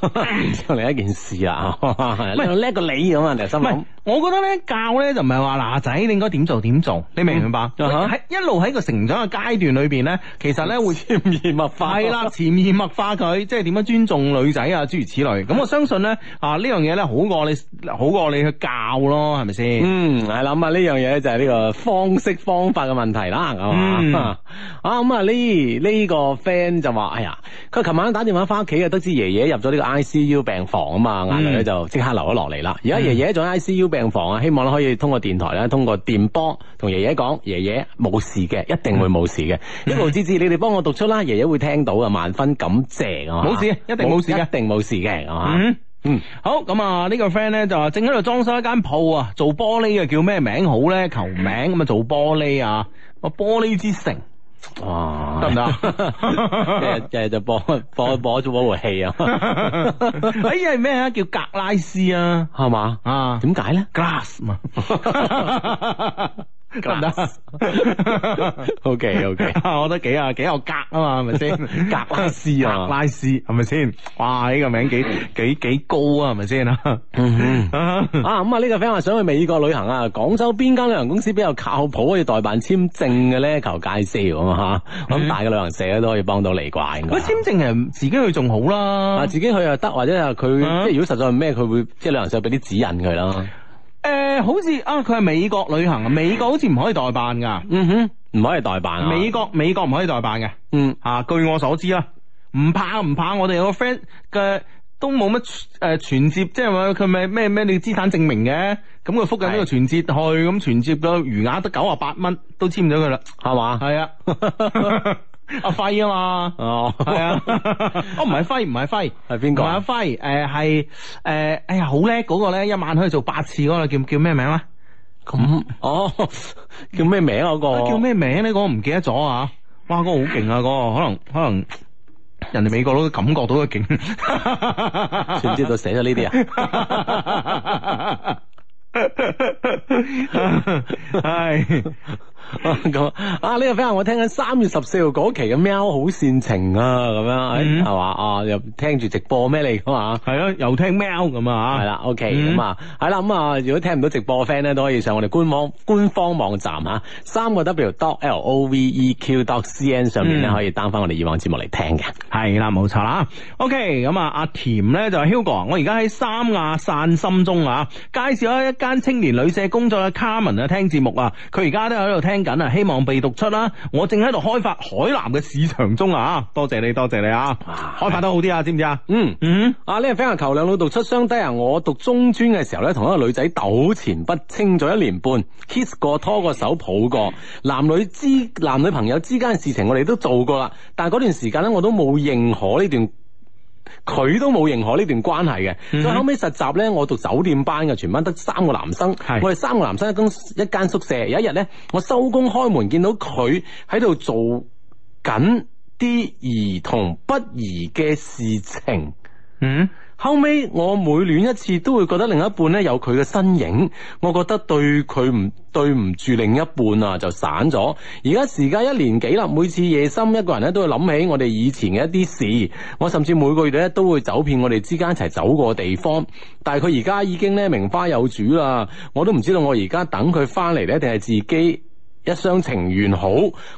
就另一件事啦。
係
叻過你咁啊，你心
唔係
諗，
我覺得咧教咧就唔係話嗱仔，你應該點做點做，你明唔明白？
嗯啊哈
喺一路喺個成長嘅階段裏邊咧，其實咧會
潛移默化
係啦，潛移默化佢，即係點樣尊重女仔啊，諸如此類。
嗯
咁我相信咧啊呢樣嘢咧好過你好過你去教咯，係咪先？
嗯，係啦，咁啊呢樣嘢咧就係呢個方式方法嘅問題啦，係
嗯
嘛 啊咁啊呢呢個 friend 就話，哎呀，佢琴晚打電話翻屋企啊，得知爺爺入咗呢個 ICU 病房啊嘛，眼淚咧
嗯
就即刻流咗落嚟啦。而家
嗯
爺爺仲喺 ICU 病房啊，希望咧可以通過電台咧，通過電波同爺爺講，爺爺冇事嘅，一定會冇事嘅。
嗯
一路芝芝，你哋幫我讀出啦，爺爺會聽到啊，萬分感謝啊！
冇事一定冇事嘅
一定冇事嘅，係嘛？
嗯
嗯
嗯，好咁啊！呢個 friend 咧就話正喺度裝修一間鋪啊，做玻璃嘅叫咩名好咧？求名咁啊，做玻璃啊，我玻璃之城
哇，
得唔得 啊？
日日日就播播播咗嗰部戲啊，
哎呀，係咩啊？叫格拉斯啊，
係嘛？
啊
點解咧
glass 嘛，得唔得？
？OK OK，
我覺得 幾啊幾有格啊嘛，係咪先？ 格
拉斯啊
格拉斯係咪先？哇！呢個名幾幾幾高啊，係咪先 啊？
嗯啊咁啊呢個 friend 話想去美國旅行啊，廣州邊間旅行公司比較靠譜可以代辦簽證嘅咧？求介紹咁啊嚇，咁大嘅旅行社咧都可以幫到你啩應該
嗯喂，簽證係自己去仲好啦
啊，。自己去又得，或者係佢
嗯
即係如果實在係咩，佢會即係旅行社俾啲指引佢
啊
啦。
誒、好似啊，佢係美國旅行啊，美國好似唔可以代辦噶，
嗯哼，唔可以代辦啊。
美國美國唔可以代辦嘅，
嗯
啊，據我所知啦，唔怕唔怕，我哋有個 friend 嘅都冇乜誒存摺，即係話佢咪咩咩你資產證明嘅，咁佢覆緊呢個
係
存摺去，咁存摺個餘額得九啊八蚊，都簽咗佢啦，
係嘛？
係啊，阿輝啊嘛。
哦，
係啊，哦唔係輝唔係輝，
係邊個
唔係阿
啊？
輝，誒係誒，哎呀好叻嗰個咧，一晚可以做八次嗰個叫叫咩名咧？啊
咁哦， 叫咩名啊嗰個？
叫咩名咧？嗰、個唔記得咗啊！哇，嗰、個好勁啊！嗰、個可能可能人哋美國佬都感覺到佢勁，
知唔知道寫咗呢啲啊？
道？係
咁啊呢個 friend 話我聽緊三月十四號嗰期嘅喵好煽情啊，咁樣誒
嗯
係嘛啊又聽住直播咩嚟噶嘛？
係咯，又聽喵咁啊，
系啦，OK，
嗯
咁啊，系啦，咁啊，如果聽唔到直播嘅 friend 咧，都可以上我哋官網官方網站啊，三個 W dot L O V E Q dot C N 上面咧，
嗯
可以 down 翻我哋以往節目嚟聽嘅。
係啦，冇錯啦。OK，咁啊，阿甜咧就係 Hugo，啊我而家喺三亞散心中啊，介紹咗一間青年旅社工作嘅 Carmen 啊，聽節目啊，佢而家都喺度聽緊啊，希望被讀出啦。我正喺度開發海南嘅市場中啊，多謝你，多謝你啊，開發得好啲啊，知唔知啊？
嗯。
嗯。
啊！呢個 friend 話求兩老讀出雙低啊！我讀中專嘅時候咧，同一個女仔糾纏不清咗一年半，kiss 過、拖過手、抱過，男女之男女朋友之間嘅事情我哋都做過啦，但係嗰段時間咧，我都冇認可呢段。佢都冇認可呢段關係嘅，所以後尾實習呢，我讀酒店班嘅，全班得三個男生
係，
我哋三個男生一間一間宿舍。有一日呢，我收工開門見到佢喺度做緊啲兒童不宜嘅事情。
嗯
後尾我每戀一次都會覺得另一半咧有佢嘅身影，我覺得對佢唔對唔住另一半啊，就散咗。而家時間一年幾啦，每次夜深一個人咧都會諗起我哋以前嘅一啲事，我甚至每個月咧都會走遍我哋之間一齊走過嘅地方。但係佢而家已經咧名花有主啦，我都唔知道我而家等佢翻嚟咧定係自己。一廂情願好，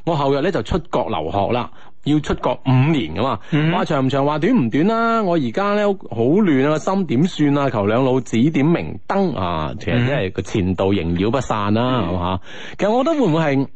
我後日咧就出國留學啦，要出國五年噶嘛，話長唔長話短唔短啦，我而家咧好亂啊，心點算啊？求兩老指點明燈啊！其實真係個前度縈繞不散啦，係嘛、其實我覺得會唔會係？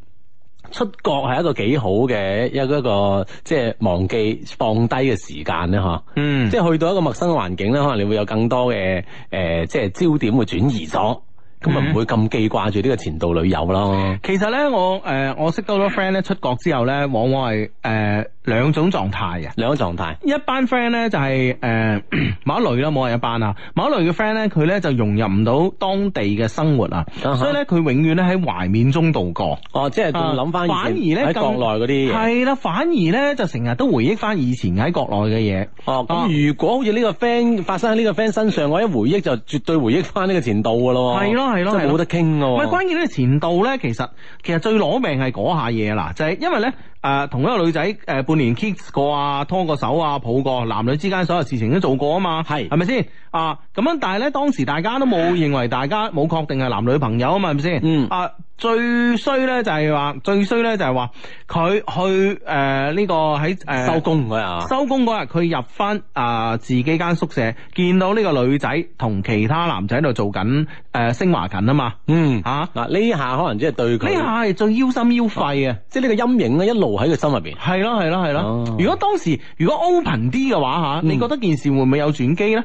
出國係一個幾好嘅一個一個即係忘記放低嘅時間咧嚇，
嗯
即係去到一個陌生嘅環境咧，可能你會有更多嘅誒、呃即係焦點會轉移咗，咁咪唔會咁記掛住呢個前度女友咯。
其實咧，我誒、呃我識到好多 friend 咧，出國之後咧，往往係誒兩種狀態嘅。
兩個狀態，
一班 friend 咧就係、呃某一類啦，冇話一班啊，某一類嘅 friend 咧，佢咧就融入唔到當地嘅生活啊
啊哈
所以咧佢永遠咧喺懷緬中度過。
哦，即係
啊
諗翻
反而
以前
咧
喺國內嗰啲嘢。
係啦，反而咧就成日都回憶翻以前喺國內嘅嘢。
哦，
啊
咁如果好似呢個 friend 發生喺呢個 friend 身上，我一回憶就絕對回憶翻呢個前度噶咯喎。
係咯係咯
真
係
係
咯
冇得傾噶
唔
喎。
係關鍵咧，前度咧，其實其實最攞命係嗰下嘢啦，就係、因為咧誒、呃同一個女仔誒、呃半年 kiss 過啊，拖過手啊，抱過，男女之間所有事情都做過啊嘛，
係
係咪先啊？咁樣但係咧當時大家都冇認為大家冇確定係男女朋友啊嘛，係咪先？
嗯
啊最衰咧就係話最衰咧就係話佢去誒呢、個喺誒、呃
收工嗰日啊，
收工嗰日，佢入翻啊、自己間宿舍，見到呢個女仔同其他男仔喺度做緊誒、呃升華緊啊嘛，
嗯
嚇、
嗱呢下可能即係對
呢
佢，
下係最腰心腰肺嘅，
即係呢個陰影咧一路喺佢心入邊。
係咯係咯係
哦
咯。如果當時如果 open 啲嘅話嚇，
嗯
你覺得件事會唔會有轉機咧？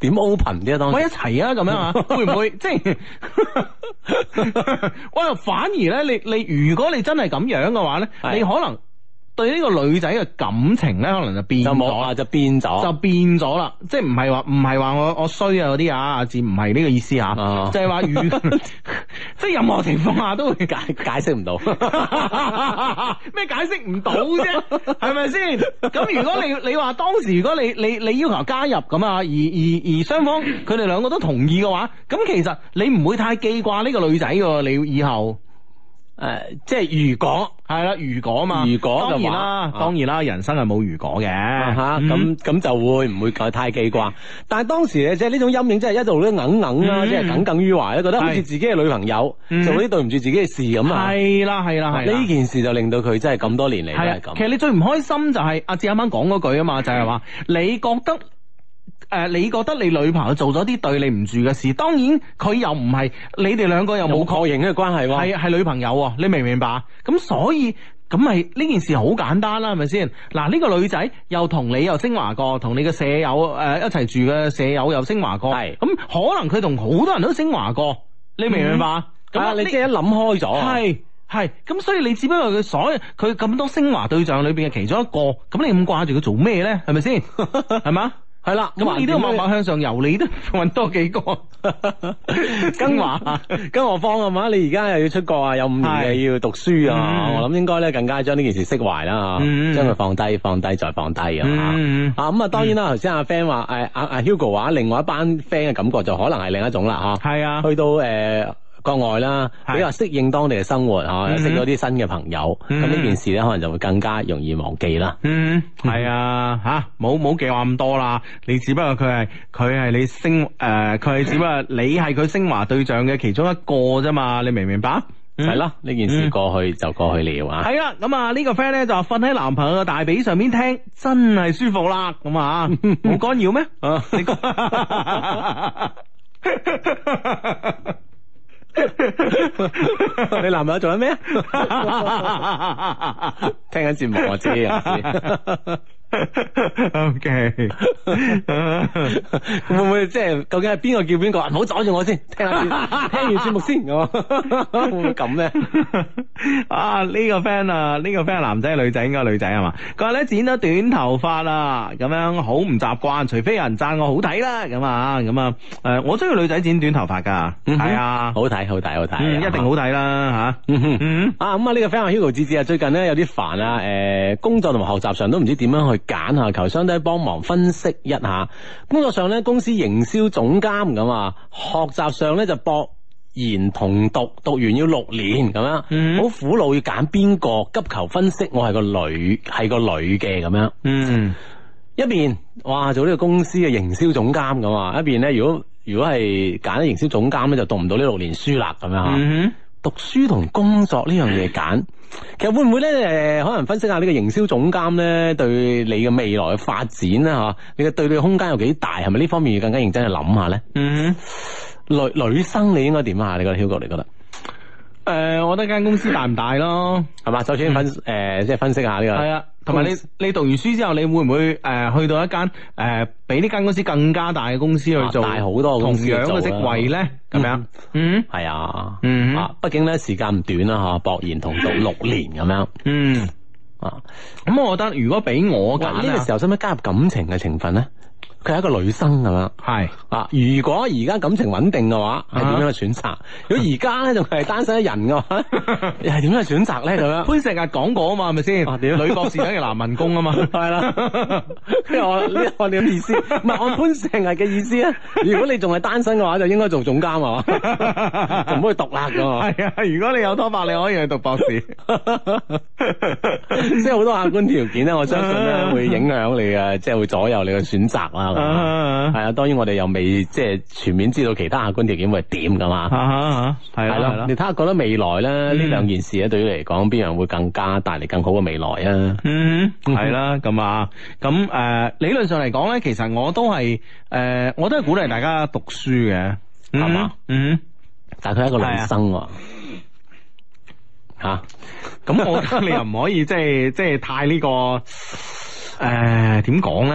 點 open 啲啊？當
喂，一
時
齊啊咁樣 啊，會唔會即係？ 喂，反而咧，你你如果你真係咁樣嘅話咧，
係
你可能對呢個女仔嘅感情咧，可能就變
就冇
咗啦
啊，。就變咗。
就變咗啦，即係唔係話唔係話我我衰啊嗰啲啊，阿志唔係呢個意思啊，
啊
就係話如 即係任何情況下都會
解解釋唔 到，
咩解釋唔到啫？係咪先？咁如果你你話當時如果你你你要求加入咁啊，而而而雙方佢哋兩個都同意嘅話，咁其實你唔會太記掛呢個女仔嘅，你以後。
誒，即係如果
係啦，如果嘛，
如果嘅話
當然啦
啊，
當然啦，人生係冇如果嘅
吓
嗯
咁咁就會唔會太記掛？但係當時咧，即係呢種陰影，真係一路都硬硬啦，
嗯
即係耿耿於懷咧，覺得好似
係
自己嘅女朋友
嗯
做啲對唔住自己嘅事咁啊！
係啦係啦係啦
呢件事就令到佢真係咁多年嚟都係
係啊，其實
咁。
你最唔開心就係阿志啱啱講嗰句啊嘛，就係話你覺得。誒、你覺得你女朋友做咗啲對你唔住嘅事，當然佢又唔係你哋兩個又
又
冇
冇
確
確啊認嘅關係喎
係，係女朋友喎，你明唔明白？咁所以咁咪呢件事好簡單啦，係咪先？嗱，呢、個女仔又同你又升華過，同你嘅舍友誒、一齊住嘅舍友又升華過，
係
咁可能佢同好多人都升華過，你明唔明白？咁
咁啊
呢
你即係一諗開咗啊，
係係，咁所以你只不過佢所有佢咁多升華對象裏邊嘅其中一個，咁你咁掛住佢做咩咧？係咪 先？係嘛？
係啦，
咁你都要
慢
慢
慢
慢向上游，你都 揾多幾個
更
升
華
華。，
更何況係嘛？你而家又要出國啊，有五年
係
嘅要讀書啊，
嗯
我諗應該咧更加將呢件事釋懷啦
嗯
嚇，將佢放低、放低再放低咁啊
嗯
啊咁啊，當然啦，頭先阿 friend 話誒阿阿 Hugo 話，另外一班 friend 嘅感覺就可能係另一種啦嚇，
係啊，
去到誒。國外啦，
係
比較適應當地嘅生活嚇，
嗯
識咗啲新嘅朋友，咁呢
嗯
件事咧可能就會更加容易忘記啦。
嗯，係啊，吓冇冇计劃咁多啦。你只不過佢係佢係你升诶，呃佢、係只不過你係佢升華對象嘅其中一個啫嘛，你明唔明白？
係咯，呢件事
嗯
過去就過去了啊。
系啦，咁啊呢個 friend 咧就話瞓喺男朋友嘅大髀上面聽，真係舒服啦，咁啊冇干擾咩？
啊
你 講
你男朋友做緊咩啊？聽緊節目我知啊 我
O K，
知，會唔會即係究竟係邊個叫邊個？唔好阻住我先，聽下 先聽完節目先，我 會唔會咁咧？
啊呢、個 friend 啊呢、個 friend 男仔女仔應該女仔啊係嘛？佢話咧剪咗短頭髮啦，咁樣好唔習慣，除非有人讚我好睇啦，咁啊咁啊誒，我中意女仔剪短頭髮㗎，
嗯哼
係啊，
好睇，好睇，好睇，
嗯一定好。睇啦嚇。
嗯哼
嗯，
啊咁啊！呢個 friend 話 Hugo 志志啊，最近咧有啲煩啊，誒、工作同埋學習上都唔知點樣去揀啊，求相低幫忙分析一下。工作上咧，公司營銷總監咁啊，學習上咧就博研同讀，讀完要六年咁樣，好、
嗯
苦惱要揀邊個，急求分析。我係個女，係個女嘅咁樣。
嗯，
一邊哇做呢個公司嘅營銷總監咁啊，一邊咧如果如果係揀營銷總監咧，就讀唔到呢六年書啦咁樣嚇。
嗯
讀書同工作呢樣嘢揀，其實會唔會咧？誒、可能分析下呢個營銷總監咧對你嘅未來嘅發展啦，嚇、你嘅對你嘅空間有幾大？係咪呢方面要更加認真去諗下咧？
嗯。
女女生你應該點啊？你覺得 Hugo 你覺得
誒、我覺得間公司大唔大咯，
係嘛？首先分誒、即係分析下呢、個
嗯係啊，同埋你你讀完書之後，你會唔會誒、去到一間誒比呢間公司更加大嘅公司去做，
啊大好多嘅公
同
司去
樣
做啦
嘅職位咧？咁樣，嗯
係啊，
嗯
啊，畢竟咧時間唔短啦嚇，博研同讀六年咁樣
嗯，
啊。
咁我覺得如果俾我揀
哇呢個時
啊，
候使唔使加入感情嘅成分咧？佢係一個女生咁樣。
係
啊！如果而家感情穩定嘅話，係點樣嘅選擇？如果而家咧仲係單身一人嘅 話，又係點樣嘅選擇咧？咁樣
潘石屹講過啊嘛，係咪
啊
先？
點
女博士等於男民工 啊嘛，
係啦。跟住 我呢按你嘅意思，唔係按潘石屹嘅意思咧。如果你仲係單身嘅話，就應該做總監 啊，就唔好去讀啦咁啊。
係啊，如果你有拖拍，你可以去讀博士。
即係好多客觀條件咧，我相信咧會影響你嘅，即係會左右你嘅選擇啦。咁啊
啊
係啊，當然我哋又未即係全面知道其他客觀條件會係點噶嘛。
啊，係
系
啦，係
咯
啦，
你。睇下覺得未來咧呢
嗯
兩件事咧，對於你嚟講，邊樣會更加帶嚟更好嘅未來啊？
嗯，
嗯
係啦，咁啊，咁誒、呃理論上嚟講咧，其實我都係誒、呃我都係鼓勵大家讀書嘅，
係嘛？
嗯，
但係佢係一個女生喎，
啊
吓
咁我 覺得你又唔可以即係即係太呢、個誒點講咧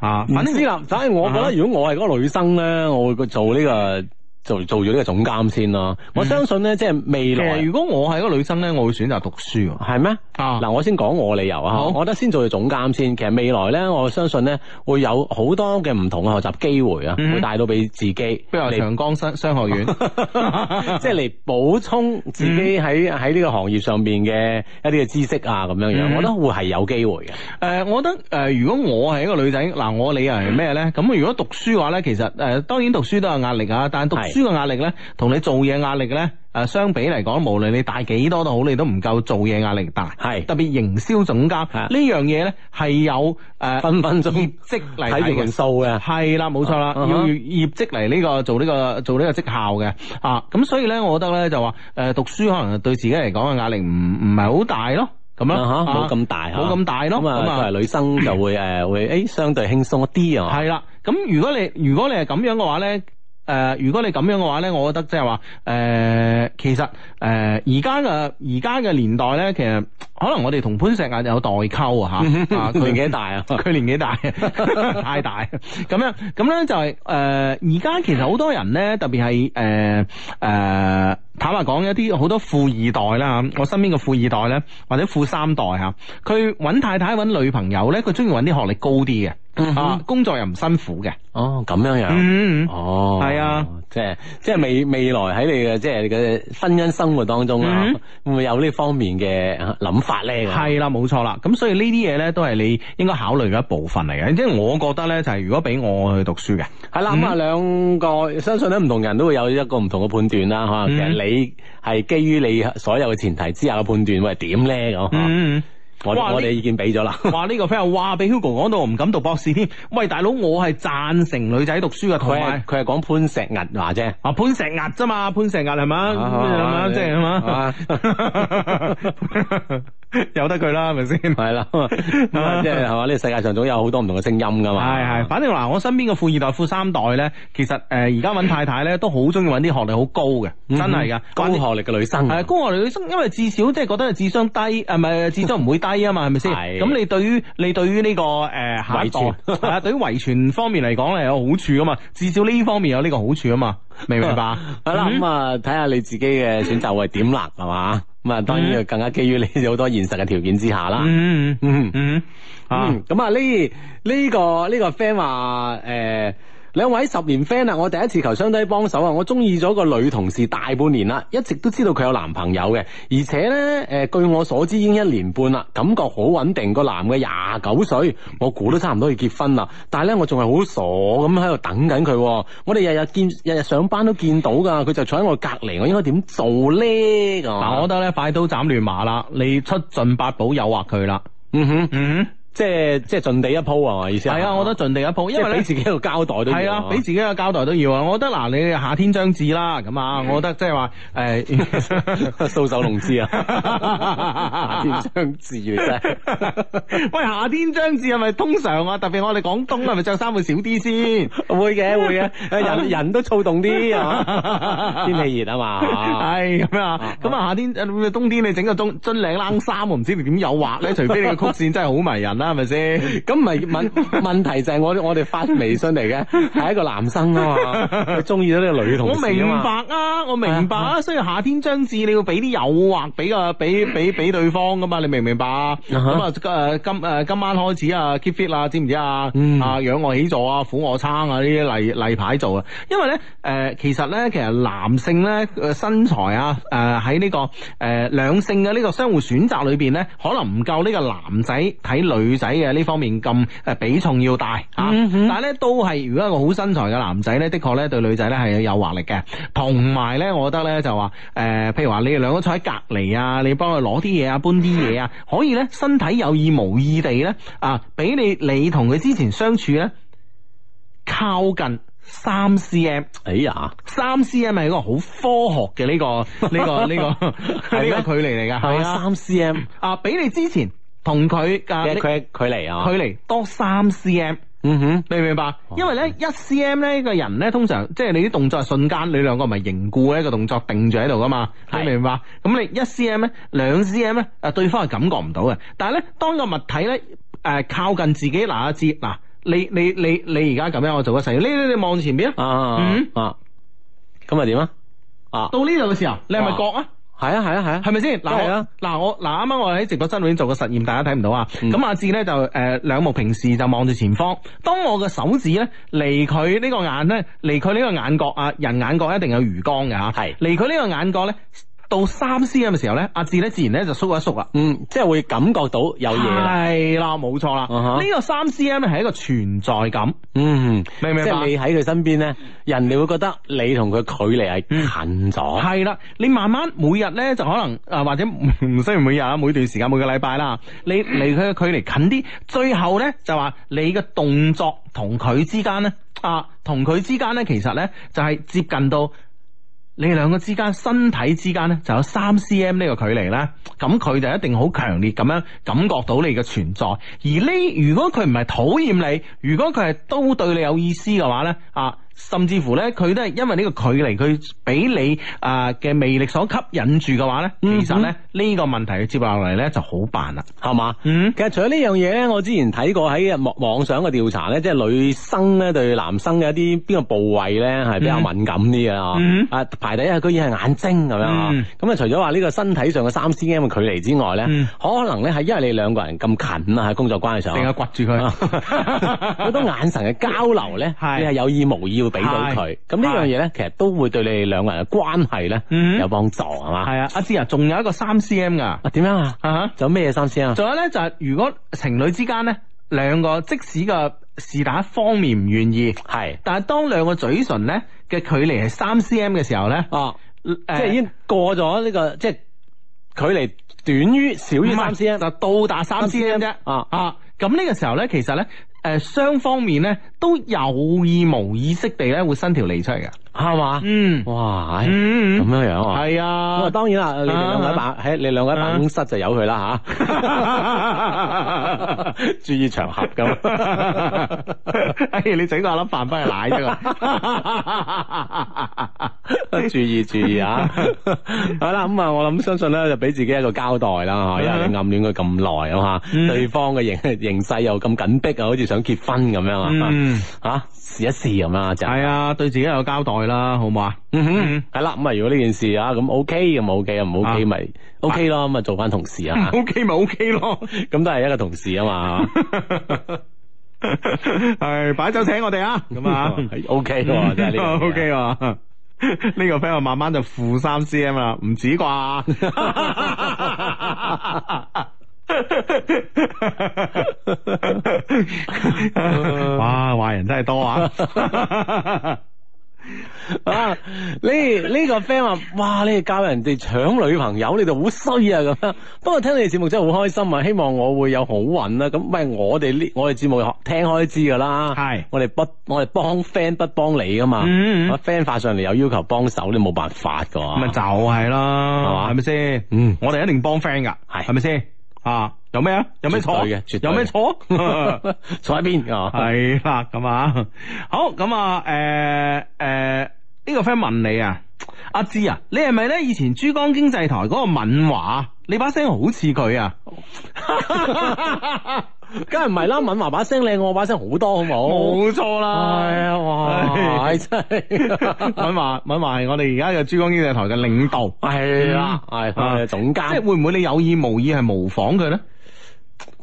啊，
唔
反正
知啦。反正我覺
啊
得，如果我係嗰個女生咧，我會做呢個做做咗呢個總監先咯。我相信咧，即係未
嗯其實
來
如果我係一個女生咧，我會選擇讀書喎
係咩？
啊
嗱，我先講我理由啊
好，
我覺得先做總監先。其實未來咧，我相信咧會有好多嘅唔同嘅學習機會啊，
嗯
會帶到俾自己，譬
比如話長江商商學院，
即係嚟補充自己
嗯
喺喺呢個行業上邊嘅一啲嘅知識啊，咁樣樣，
嗯
我覺得會係有機會嘅。
誒、我覺得誒、如果我係一個女仔，嗱，我理由係咩咧？咁如果讀書嘅話咧，其實誒、當然讀書都有壓力啊，但係讀書嘅壓力咧，同你做嘢壓力咧，誒、相比嚟講，無論你大幾多都好，你都唔夠做嘢壓力大。
係
特別營銷總監
係
呢樣嘢咧，係有誒、
分分鐘
業績嚟
睇
睇
條
嘅。
數嘅。
係啦，冇錯啦，要
啊啊哈
業績嚟呢個做呢個做呢個績效嘅啊，咁所以咧，我覺得咧就話誒讀書可能對自己嚟講嘅壓力唔唔係好大咯，咁樣
啊哈
啊
冇咁大嚇，
冇咁大咯，
咁啊，
咁啊
作為女生就會誒會誒相對輕鬆一啲啊，
系啦，咁如果你如果你係咁樣嘅話咧。誒、如果你咁樣嘅話咧，我覺得即係話誒，其實誒而家嘅而家嘅年代咧，其實可能我哋同潘石屹有代溝啊 嚇，啊
年紀大啊，
佢年紀大，太大。咁樣咁咧就係、誒，呃而、家其實好多人咧，特別係誒誒，坦白講，一啲好多富二代啦，我身邊嘅富二代咧，或者富三代嚇，佢揾太太揾女朋友咧，佢中意揾啲學歷高啲嘅。
嗯哼
啊，工作又唔辛苦嘅。
哦，咁樣樣。
嗯，嗯
哦，
係啊，
即係即係未未來喺你嘅即係你嘅婚姻生活當中啊
嗯，
會唔會有呢方面嘅諗法咧？咁
係啦，冇錯啦。咁所以呢啲嘢咧，都係你應該考慮嘅一部分嚟嘅。即係我覺得咧，就係如果俾我去讀書嘅，
係啦，咁啊兩個相信咧唔同人都會有一個唔同嘅判斷啦，吓。其實
嗯
你係基於你所有嘅前提之下嘅判斷，喂點咧咁？嚇
嗯，
我
哇
我
呢
哋意見俾咗啦。
話呢個 friend 話俾 Hugo 講到我唔敢讀博士添。 喂，大佬，我係贊成女仔讀書嘅，啊同
佢
埋
係。佢係講潘石屹話啫，
啊潘石屹啫嘛，潘石屹係嘛，
啊
係嘛，
你
即係係嘛，
啊
由得佢啦，係咪先？係
係啦，咁啊即係係嘛？呢個世界上總有好多唔同嘅聲音噶嘛。
係，反正嗱，我身邊嘅富二代、富三代咧，其實誒呃而家揾太太咧，都好中意揾啲學歷好高嘅，
嗯
真係噶，
高學歷嘅女生。
係啊高學歷女生，因為至少即係覺得智商低，誒唔係智商唔會低啊嘛，係咪先？
係
咁你對於你對於呢個誒下 一代
遺傳
係啊，對於遺傳方面嚟講咧有好處啊噶嘛，至少呢方面有呢個好處啊嘛，明唔 明白？
係啦，
嗯
咁啊睇下你自己嘅選擇會係點啦，係嘛？咁啊當然就更加基於你好多現實嘅條件之下啦。
嗯嗯
嗯。
嗯啊
嗯，咁啊呢呢個呢、個 friend 話誒。兩位十年 friend 啊，我第一次求相低幫手啊，我中意咗個女同事大半年啦，一直都知道佢有男朋友嘅，而且呢，誒、呃據我所知已經一年半啦，感覺好穩定。個男嘅廿九歲，我估都差唔多要結婚啦，但係呢，我仲係好傻咁喺度等緊佢喎。我哋日日見，日日上班都見到㗎，佢就坐喺我隔離，我應該點做呢？啊
嗱，我覺得咧快刀斬亂麻啦，你出盡八寶誘惑佢啦。
嗯哼，
嗯，
即係即係盡地一鋪啊，我意思
係啊，我覺得盡地一鋪，因
因
為
為俾
咧。
自己一個交代都要
係啊，俾自己嘅交代都要啊！我覺得嗱，你夏天將至啦，咁 啊，我覺得即係話誒，
搔首弄姿啊，
啊
夏天將至你真係。
喂，夏天將至係咪通常啊？特別我哋廣東係咪着衫會少啲先？
會嘅會嘅， 人人都躁動啲啊， 天氣熱啊嘛，
係咁啊
啊，
咁啊夏天誒冬天你整個中樽領冷衫，我唔知你點誘惑 咧，除非你個曲線真係好迷人啦，係咪先？
咁唔係問問題就係我我哋發微信嚟嘅，係一個男生啊嘛，佢中意咗呢個女同
我
事
明
啊嘛。
白啊，我明白啊，所以夏天將至，你要俾啲誘惑俾個俾俾俾對方噶嘛，你明唔明白啊？咁
Uh-huh
啊，誒今誒今晚開始啊，keep fit 啊，知唔知啊？
嗯
啊，仰卧起坐啊，俯卧撐啊，呢啲例例牌做啊。因為咧誒、其實咧，其實男性咧誒身材啊，誒喺呢個誒、兩性嘅呢個相互選擇裏邊咧，可能唔夠呢個男仔睇女仔嘅呢方面咁誒比重要大嚇。啊
嗯哼
但係咧都係如果一個好身材嘅男仔咧，的確咧對女仔咧係有誘惑力嘅。同埋咧，我覺得咧就話誒、呃譬如話你哋兩個坐喺隔離啊，你幫佢攞啲嘢啊，搬啲嘢啊，可以咧身體有意無意地咧啊，俾你你同佢之前相處咧靠近三 cm。
哎呀，
三 cm 係一個好科學嘅呢、個呢、個呢、個
係咩
呢個距離嚟㗎，係啊，
三 cm
啊比你之前同佢啊呢
嘅距距離啊，
距離多三 cm。
嗯哼，
你明唔明白？因為咧一 cm 咧個人咧通常即係你啲動作係瞬間，你兩個唔係凝固咧個動作定住喺度噶嘛？你
係
明唔明白？咁你一 cm 咧兩 cm 咧，誒啊對方係感覺唔到嘅。但係咧當個物體咧誒、呃靠近自己嗱阿哲嗱，你你你你而家咁樣我做一世，你你你望前邊啊，
啊啊
嗯
啊，咁啊點啊？啊，
到呢度嘅時候你係咪覺啊？
係啊係啊係啊
係，咪先？嗱
係
我
啊
嗱我嗱啱啱我喺直播室裏面做個實驗，大家睇唔到啊。
嗯
咁阿志咧就誒兩目平視就望住前方。當我嘅手指咧離佢呢個眼咧，離佢呢個眼角啊，人眼角一定有魚缸嘅嚇。
係
離佢呢個眼角咧，到三 cm 嘅時候咧，阿志咧自然咧就縮一縮啦。
嗯，即係會感覺到哦有嘢啦。
係啦，冇錯啦。
啊哈
呢個三 cm 係一個存在感，
嗯，
明唔明
即係
白？
你喺佢身邊咧，人哋會覺得你同佢距離係近咗。
係啦，你慢慢每日咧就可能啊，或者唔唔需要每日啊，每段時間每個禮拜啦，你離佢嘅距離近啲，最後咧就話你嘅動作同佢之間咧啊，同佢之間咧其實咧就係、接近到。你哋兩個之間身體之間咧就有三 cm 呢個距離咧，咁佢就一定好強烈咁樣感覺到你嘅存在。而呢，如果佢唔係討厭你，如果佢係都對你有意思嘅話咧，啊，甚至乎咧，佢都係因為呢個距離，佢俾你啊嘅魅力所吸引住嘅話咧，其實咧呢個問題佢接落嚟咧就好辦啦。
係嘛？
嗯
其實除咗呢樣嘢咧，我之前睇過喺網網上嘅調查咧，即係女生咧對男生嘅一啲邊個部位咧係比較敏感啲嘅啊
嗯。
啊，排第一居然係眼睛咁樣啊
嗯。
咁啊，除咗話呢個身體上嘅三 cm 嘅距離之外咧
嗯，
可能咧係因為你兩個人咁近啊，喺工作關係上
成。日 掘住佢， 哦
好多眼神嘅交流咧，
係
你係有意無意要俾到佢，咁呢樣嘢咧，其實都會對你哋兩個人嘅關係
嗯
咧有幫助，係嘛？
係啊，阿芝啊，仲有一個三 cm 噶，啊
啊，點樣啊？
哈
仲有咩三先啊？
仲有咧就係如果情侶之間咧，兩個即使個是但一方面唔願意，
係
但係當兩個嘴唇咧嘅距離係三 cm 嘅時候呃咧，
啊，
即
即係已經過咗呢個，即係距離短於少於三啊 cm
就到達三 cm 啫。
啊
啊，咁呢個時候咧，其實咧，誒、雙方面咧都有意無意識地咧會伸條脷出嚟嘅。
係嘛？
嗯
哇，唉
嗯
咁樣樣啊！
係
咁 啊，啊
啊。
當然啦，你哋兩個喺辦喺你兩個喺辦公室就由佢啦吓， 注意場合咁。
哎，你整到我粒飯翻去奶啫 喎
注意注意啊！好啦，咁啊，我諗相信咧就俾自己一個交代啦，嚇，因為你暗戀佢咁耐啊嘛，
嗯
對方嘅形形勢又咁緊迫啊，好似想結婚咁樣啊，
嗯，
嚇試一試咁啦，就
係啊，對自己有交代啦，好唔好啊？嗯
嗯哼，係啦，咁啊，如果呢件事啊，咁 OK 咁 OK 啊，唔 OK 咪 OK 咯，咁啊做翻同 事啊，
，OK 咪 OK 咯，
咁都係一個同事啊嘛，
係擺酒請我哋啊，咁啊。
，OK 喎，真係呢樣嘢
O K 喎。呢個 friend 話慢慢就負三 C M 啦，唔止啩？哇，壞人真係多啊！
啊！呢呢個 friend 話：，哇！你哋教人哋搶女朋友，你哋好衰啊！咁樣。不過聽你哋節目真係好開心啊！希望我會有好運啊啦。咁咪我哋呢，我哋節目聽開知噶啦。
係
我哋不，我哋幫 friend 不幫你噶嘛。
嗯嗯
我 friend 發上嚟有要求幫手，你冇辦法噶。
咪就係啦，
啊係嘛
係咪先？
嗯
我哋一定幫 friend 噶，
係
係咪先？啊，有咩啊？有咩錯？
絕對嘅絕對
有咩錯？
坐喺邊啊？
係啦，咁啊，好咁啊，誒誒，呢個 friend 問你啊，阿志啊，你係咪咧以前珠江經濟台嗰個敏華？你把聲好似佢啊！
梗係唔係啦？敏華把聲靚，我把聲好多，好冇？
冇錯啦，
係啊！哇！
唉
唉真係。
敏華，敏華係我哋而家嘅珠江經濟台嘅領導，
係啦，係
啊
係總監，
即係會唔會你有意無意係模仿佢咧？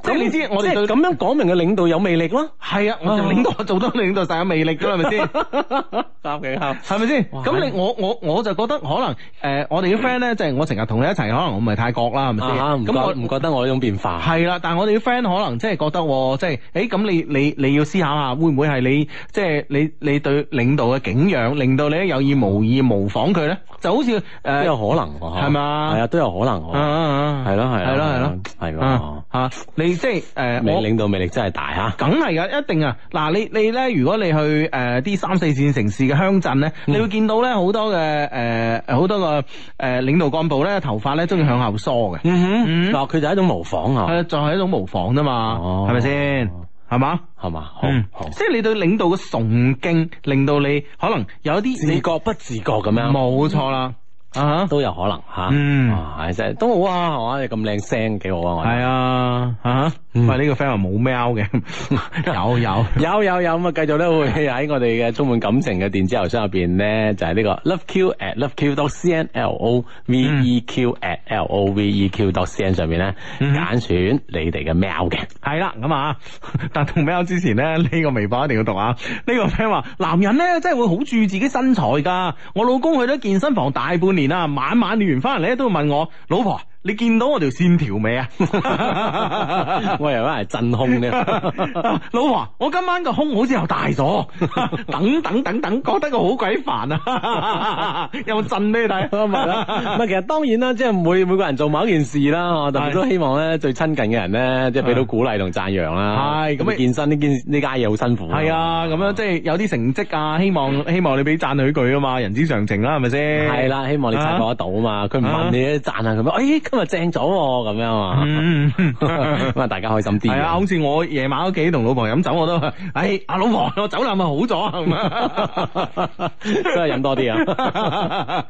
即係你知我哋對
咁樣講明嘅領導有魅力咯，
係啊，我哋領導做到領導晒有魅力噶啦，係咪 先？
啱嘅啱。
係咪先？
哇
咁你我我我就覺得可能誒、呃我哋啲 friend 咧，就係我成日同你一齊，可能我唔係太覺啦，係咪
啊，
先？
唔
咁
覺
我
唔覺得我呢種變化？
係啦，但係我哋啲 friend 可能即係覺得喎，即係誒咁你你你要思考下，會唔會係你即係你你對領導嘅景仰，令到你有意無意模仿佢咧？就好似誒。
都
呃
有可能喎，
係嘛
係啊，都有可能
啊
喎，
啊
係咯係
係咯係
咯
咯
係
啊啊
咯，
啊！你即係誒，
魅
我
領導魅力真係大嚇。
梗係噶，一定啊！嗱，你你咧，如果你去誒啲三四線城市嘅鄉鎮咧，
嗯
你會見到咧好多嘅誒好多個誒呃領導幹部咧，頭髮咧中意向後梳嘅，
嗯
嗯
嗱，佢就係一種模仿啊，
係就係一種模仿啫嘛，
哦
係咪先？係嘛？
係嘛？好
嗯，
好，
即係你對領導嘅崇敬，令到你可能有一啲
自
你
覺不自覺咁樣
冇錯啦，啊哈！
都有可能嚇。
嗯
哇，係真係都好啊，係嘛？你咁靚聲幾好啊，我覺得
係啊，啊哈！喂，
嗯
呢個 friend 話冇喵嘅，有有。
有有有咁啊！繼續咧會喺我哋嘅充滿感情嘅電子郵箱入邊咧，就係、呢個 loveq at loveq dot cn l o v e q at l o v e q dot cn 上面咧
嗯
揀選你哋嘅喵 嘅。
係啦，咁啊，但同 mail 之前咧，呢、個微博一定要讀啊！呢、個 friend 話，男人咧真係會好注意自己身材㗎。我老公去咗健身房大半年啦，啊晚晚練完翻嚟咧都會問我，老婆，你見到我條線條未啊？
我以為係真空咧，
老婆，我今晚個胸好似又大咗，等等等等，覺得我好鬼煩啊！ 有冇震俾你睇？
咁咪啦，咁啊其實當然啦，即係每每個人做某一件事啦，我特別
係
都希望咧最親近嘅人咧，即係俾到鼓勵同讚揚啦。
係咁
咁啊
你
健身呢件呢家嘢好辛苦。
係啊，咁樣即係有啲成績啊，希望希望你俾讚許佢啊嘛，人之常情啦，係咪先？啊
系啦，希望你察覺得到啊嘛，佢唔問你，讚下佢咩？哎，今今日正咗喎咁樣啊，
嗯，
咁啊大家開心啲
系
嘅。
啊，好似我夜晚屋企同老婆飲酒，我都，哎，阿老婆，我酒量咪好咗咁啊。
都係飲多啲啊！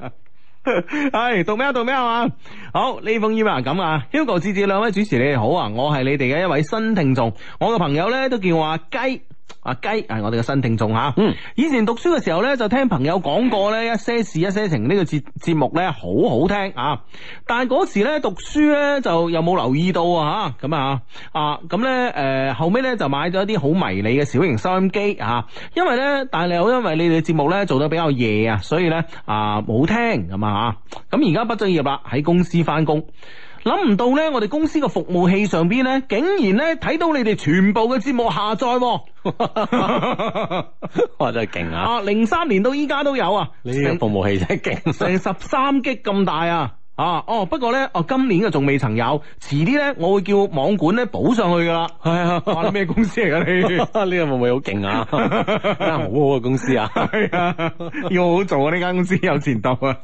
系读咩啊？读咩啊？嘛好呢封 email 咁啊，Hugo 志志兩位主持你哋好啊，我係你哋嘅一位新聽眾，我嘅朋友咧都叫我阿雞。阿雞係我哋嘅新聽眾吓，
嗯
以前讀書嘅時候咧，就聽朋友講過咧一些事一些情呢個節節目咧好好聽啊，但係嗰時咧讀書咧就又冇留意到啊吓，咁啊啊咁咧誒後尾咧就買咗一啲好迷你嘅小型收音機啊，因為咧但係又因為你哋節目咧做得比較夜啊，所以咧啊冇聽咁啊吓，咁而家畢咗業啦，喺公司翻工。諗唔到咧，我哋公司嘅服務器上邊咧，竟然咧睇到你哋全部嘅節目下載喎，
哇，真係勁啊！
啊，零三年到依家都有啊，
呢個服務器真係 勁。
成十三 G 咁大啊！啊，哦，不過咧，哦，今年嘅仲未曾有，遲啲咧，我會叫網管咧補上去噶啦。係啊，哇，你咩公司嚟噶你
呢？個會唔會好 勁啊？真係好好嘅公司啊！
係啊，要好做啊！呢間公司有前途啊！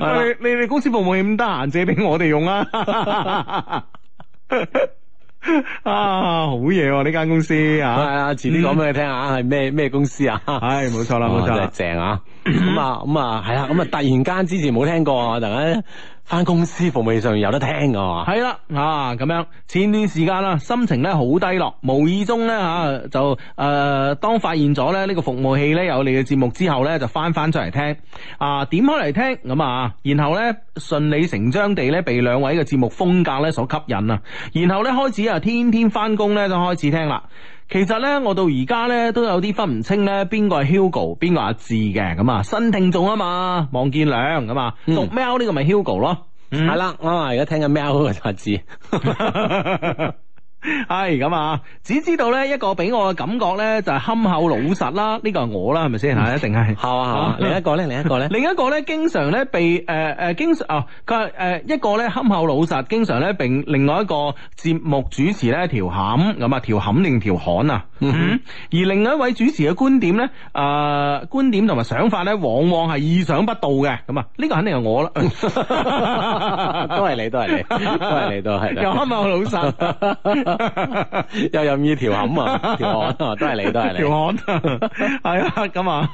啊
喂你你哋公司服務器咁得閒，借俾我哋用 啊！ 啊，好嘢喎！呢間公司
係
啊，
啊，遲啲講俾你聽下係咩咩公司啊？
唉，冇錯啦，嗯冇錯
哇真
啦
係。正啊！咁啊，咁啊，係啦，咁啊，突然間之前冇聽過，啊突然間翻公司服務器上面有得聽㗎嘛？
系啦，啊咁樣前段時間啦，心情咧好低落，無意中咧啊、就诶、呃，当发现咗咧呢個服務器咧有你嘅節目之後咧，就翻翻出嚟聽啊，點開嚟聽咁啊，然後咧順理成章地咧被兩位嘅節目風格咧所吸引啊，然後咧開始啊天天翻工咧就開始聽啦。其實咧，我到而家咧都有啲分唔清咧，邊個係 Hugo，邊個係阿志嘅咁啊，新聽眾啊嘛，望見良咁啊，
嗯
讀喵呢個咪 Hugo 咯，嗯
係啦，啊，而家聽緊喵嗰個雜誌，
系咁啊！只知道咧，一個俾我嘅感覺咧就係憨厚老實啦，呢個係我啦，係咪 先？係一定係。
係嘛係嘛
啊？
另一個咧，另一個咧，
另一個咧，經常咧被誒誒、呃經常哦，佢話誒一個咧憨厚老實，經常咧並另外一個節目主持咧調侃咁啊，調侃定調侃啊。嗯，而另外一位主持嘅觀點咧，誒、啊觀點同埋想法咧，往往係意想不到嘅。咁啊，呢個肯定係我啦，
都係你，都係你，都係 你，都係
又
你。
憨厚老實。
又任意調 侃啊，調侃啊，都係你，都係你。
條巷係啦，咁啊。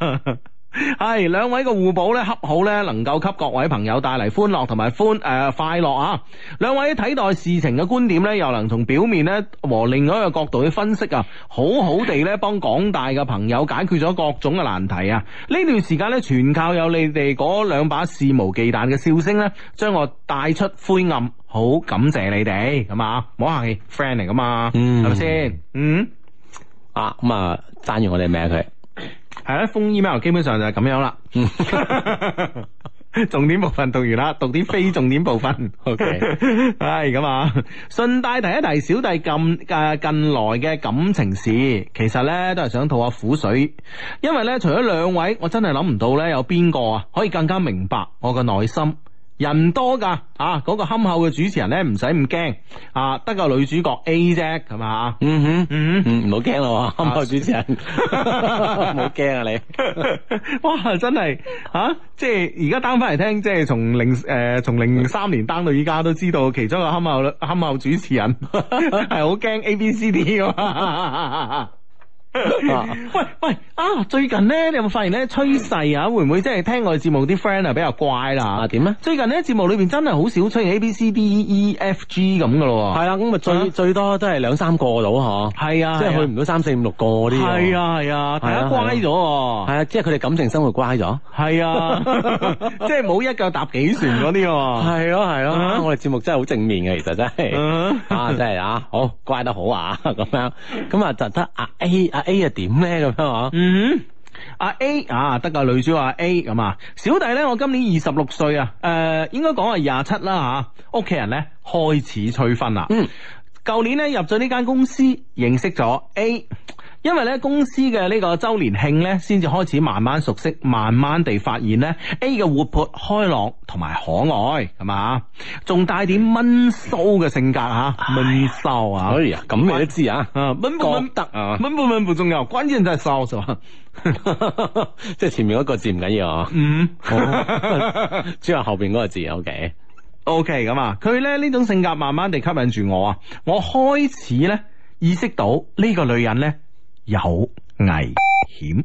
系兩位嘅互補咧，恰好咧，能夠給各位朋友帶嚟歡樂同埋歡誒、呃快樂啊！兩位睇待事情嘅觀點咧，又能從表面咧和另外一個角度去分析啊，好好地咧幫廣大嘅朋友解決咗各種嘅難題啊！呢段時間咧，全靠有你哋嗰兩把肆無忌憚嘅笑聲咧，將我帶出灰暗。好感謝你哋咁啊，唔好客氣，friend 嚟噶嘛，
嗯
係咪先？嗯。
啊，咁啊，爭完我哋名佢。
系啦，封 email 基本上就係咁樣啦。 重點部分讀完啦，讀啲非重點部分。
OK，
唉，咁啊，順帶提一提小弟近誒近來嘅感情事，其實呢都係想吐下苦水，因為呢，除咗兩位，我真係諗唔到呢有邊個啊可以更加明白我嘅內心。人多噶，啊嗰、個憨厚嘅主持人呢，唔使咁驚，啊得個女主角 A 啫，咁啊，
嗯哼。
嗯。
嗯，唔好 驚啦，啱啱主持人，唔好驚啊你，
哇！真係吓、啊即係而家 down 翻嚟聽，即係從零诶，从零三年 down 到依家，都知道其中一個憨厚憨厚主持人 係好驚 A B C D 噶
啊
嘛。喂喂啊！最近咧，你有冇發現咧趨勢啊？會唔會即係聽我哋節目啲 friend 啊比較乖啦
啊？點咧？
最近咧節目裏边真係好少出現 A B C D E F G 咁噶咯喎。
係啦，咁啊
啊
最最多都係兩三個到嗬，
係啊，
即係
係啊
去唔到三四五六個嗰啲喎。
係啊係啊，大
係
家
啊
乖咗喎。
係啊，即係佢哋感情生活乖咗。
系啊，即系冇一腳踏幾船嗰啲喎。
係咯係
啊
咯，我哋節目真係好正面嘅，其實真係。
嗯
啊，真係啊，好乖得好啊，咁樣，咁啊就得阿 A，阿 A 啊點咧咁樣啊？
嗯。阿 A 啊，得個女主話 A 咁啊，小弟呢，我今年二十六歲啊，誒、應該講係廿七啦啊嚇，屋企人呢，開始催婚啦。
嗯，
舊年呢，入咗呢間公司，認識咗 A，一因為咧公司嘅呢個周年慶咧，先至開始慢慢熟悉，慢慢地發現咧 A 嘅活潑開朗同埋可愛，係嘛，仲帶點悶騷嘅性格吓，悶騷啊
哎，呀，咁你都知啊，
啊悶不悶
覺得啊
悶不悶不重要，關鍵就係騷，是吧？
即係前面嗰個字唔緊要啊，
嗯。
主要後邊嗰個字，OK，
O K 咁啊，佢咧呢種性格慢慢地吸引住我啊，我開始咧意識到呢個女人咧有危險。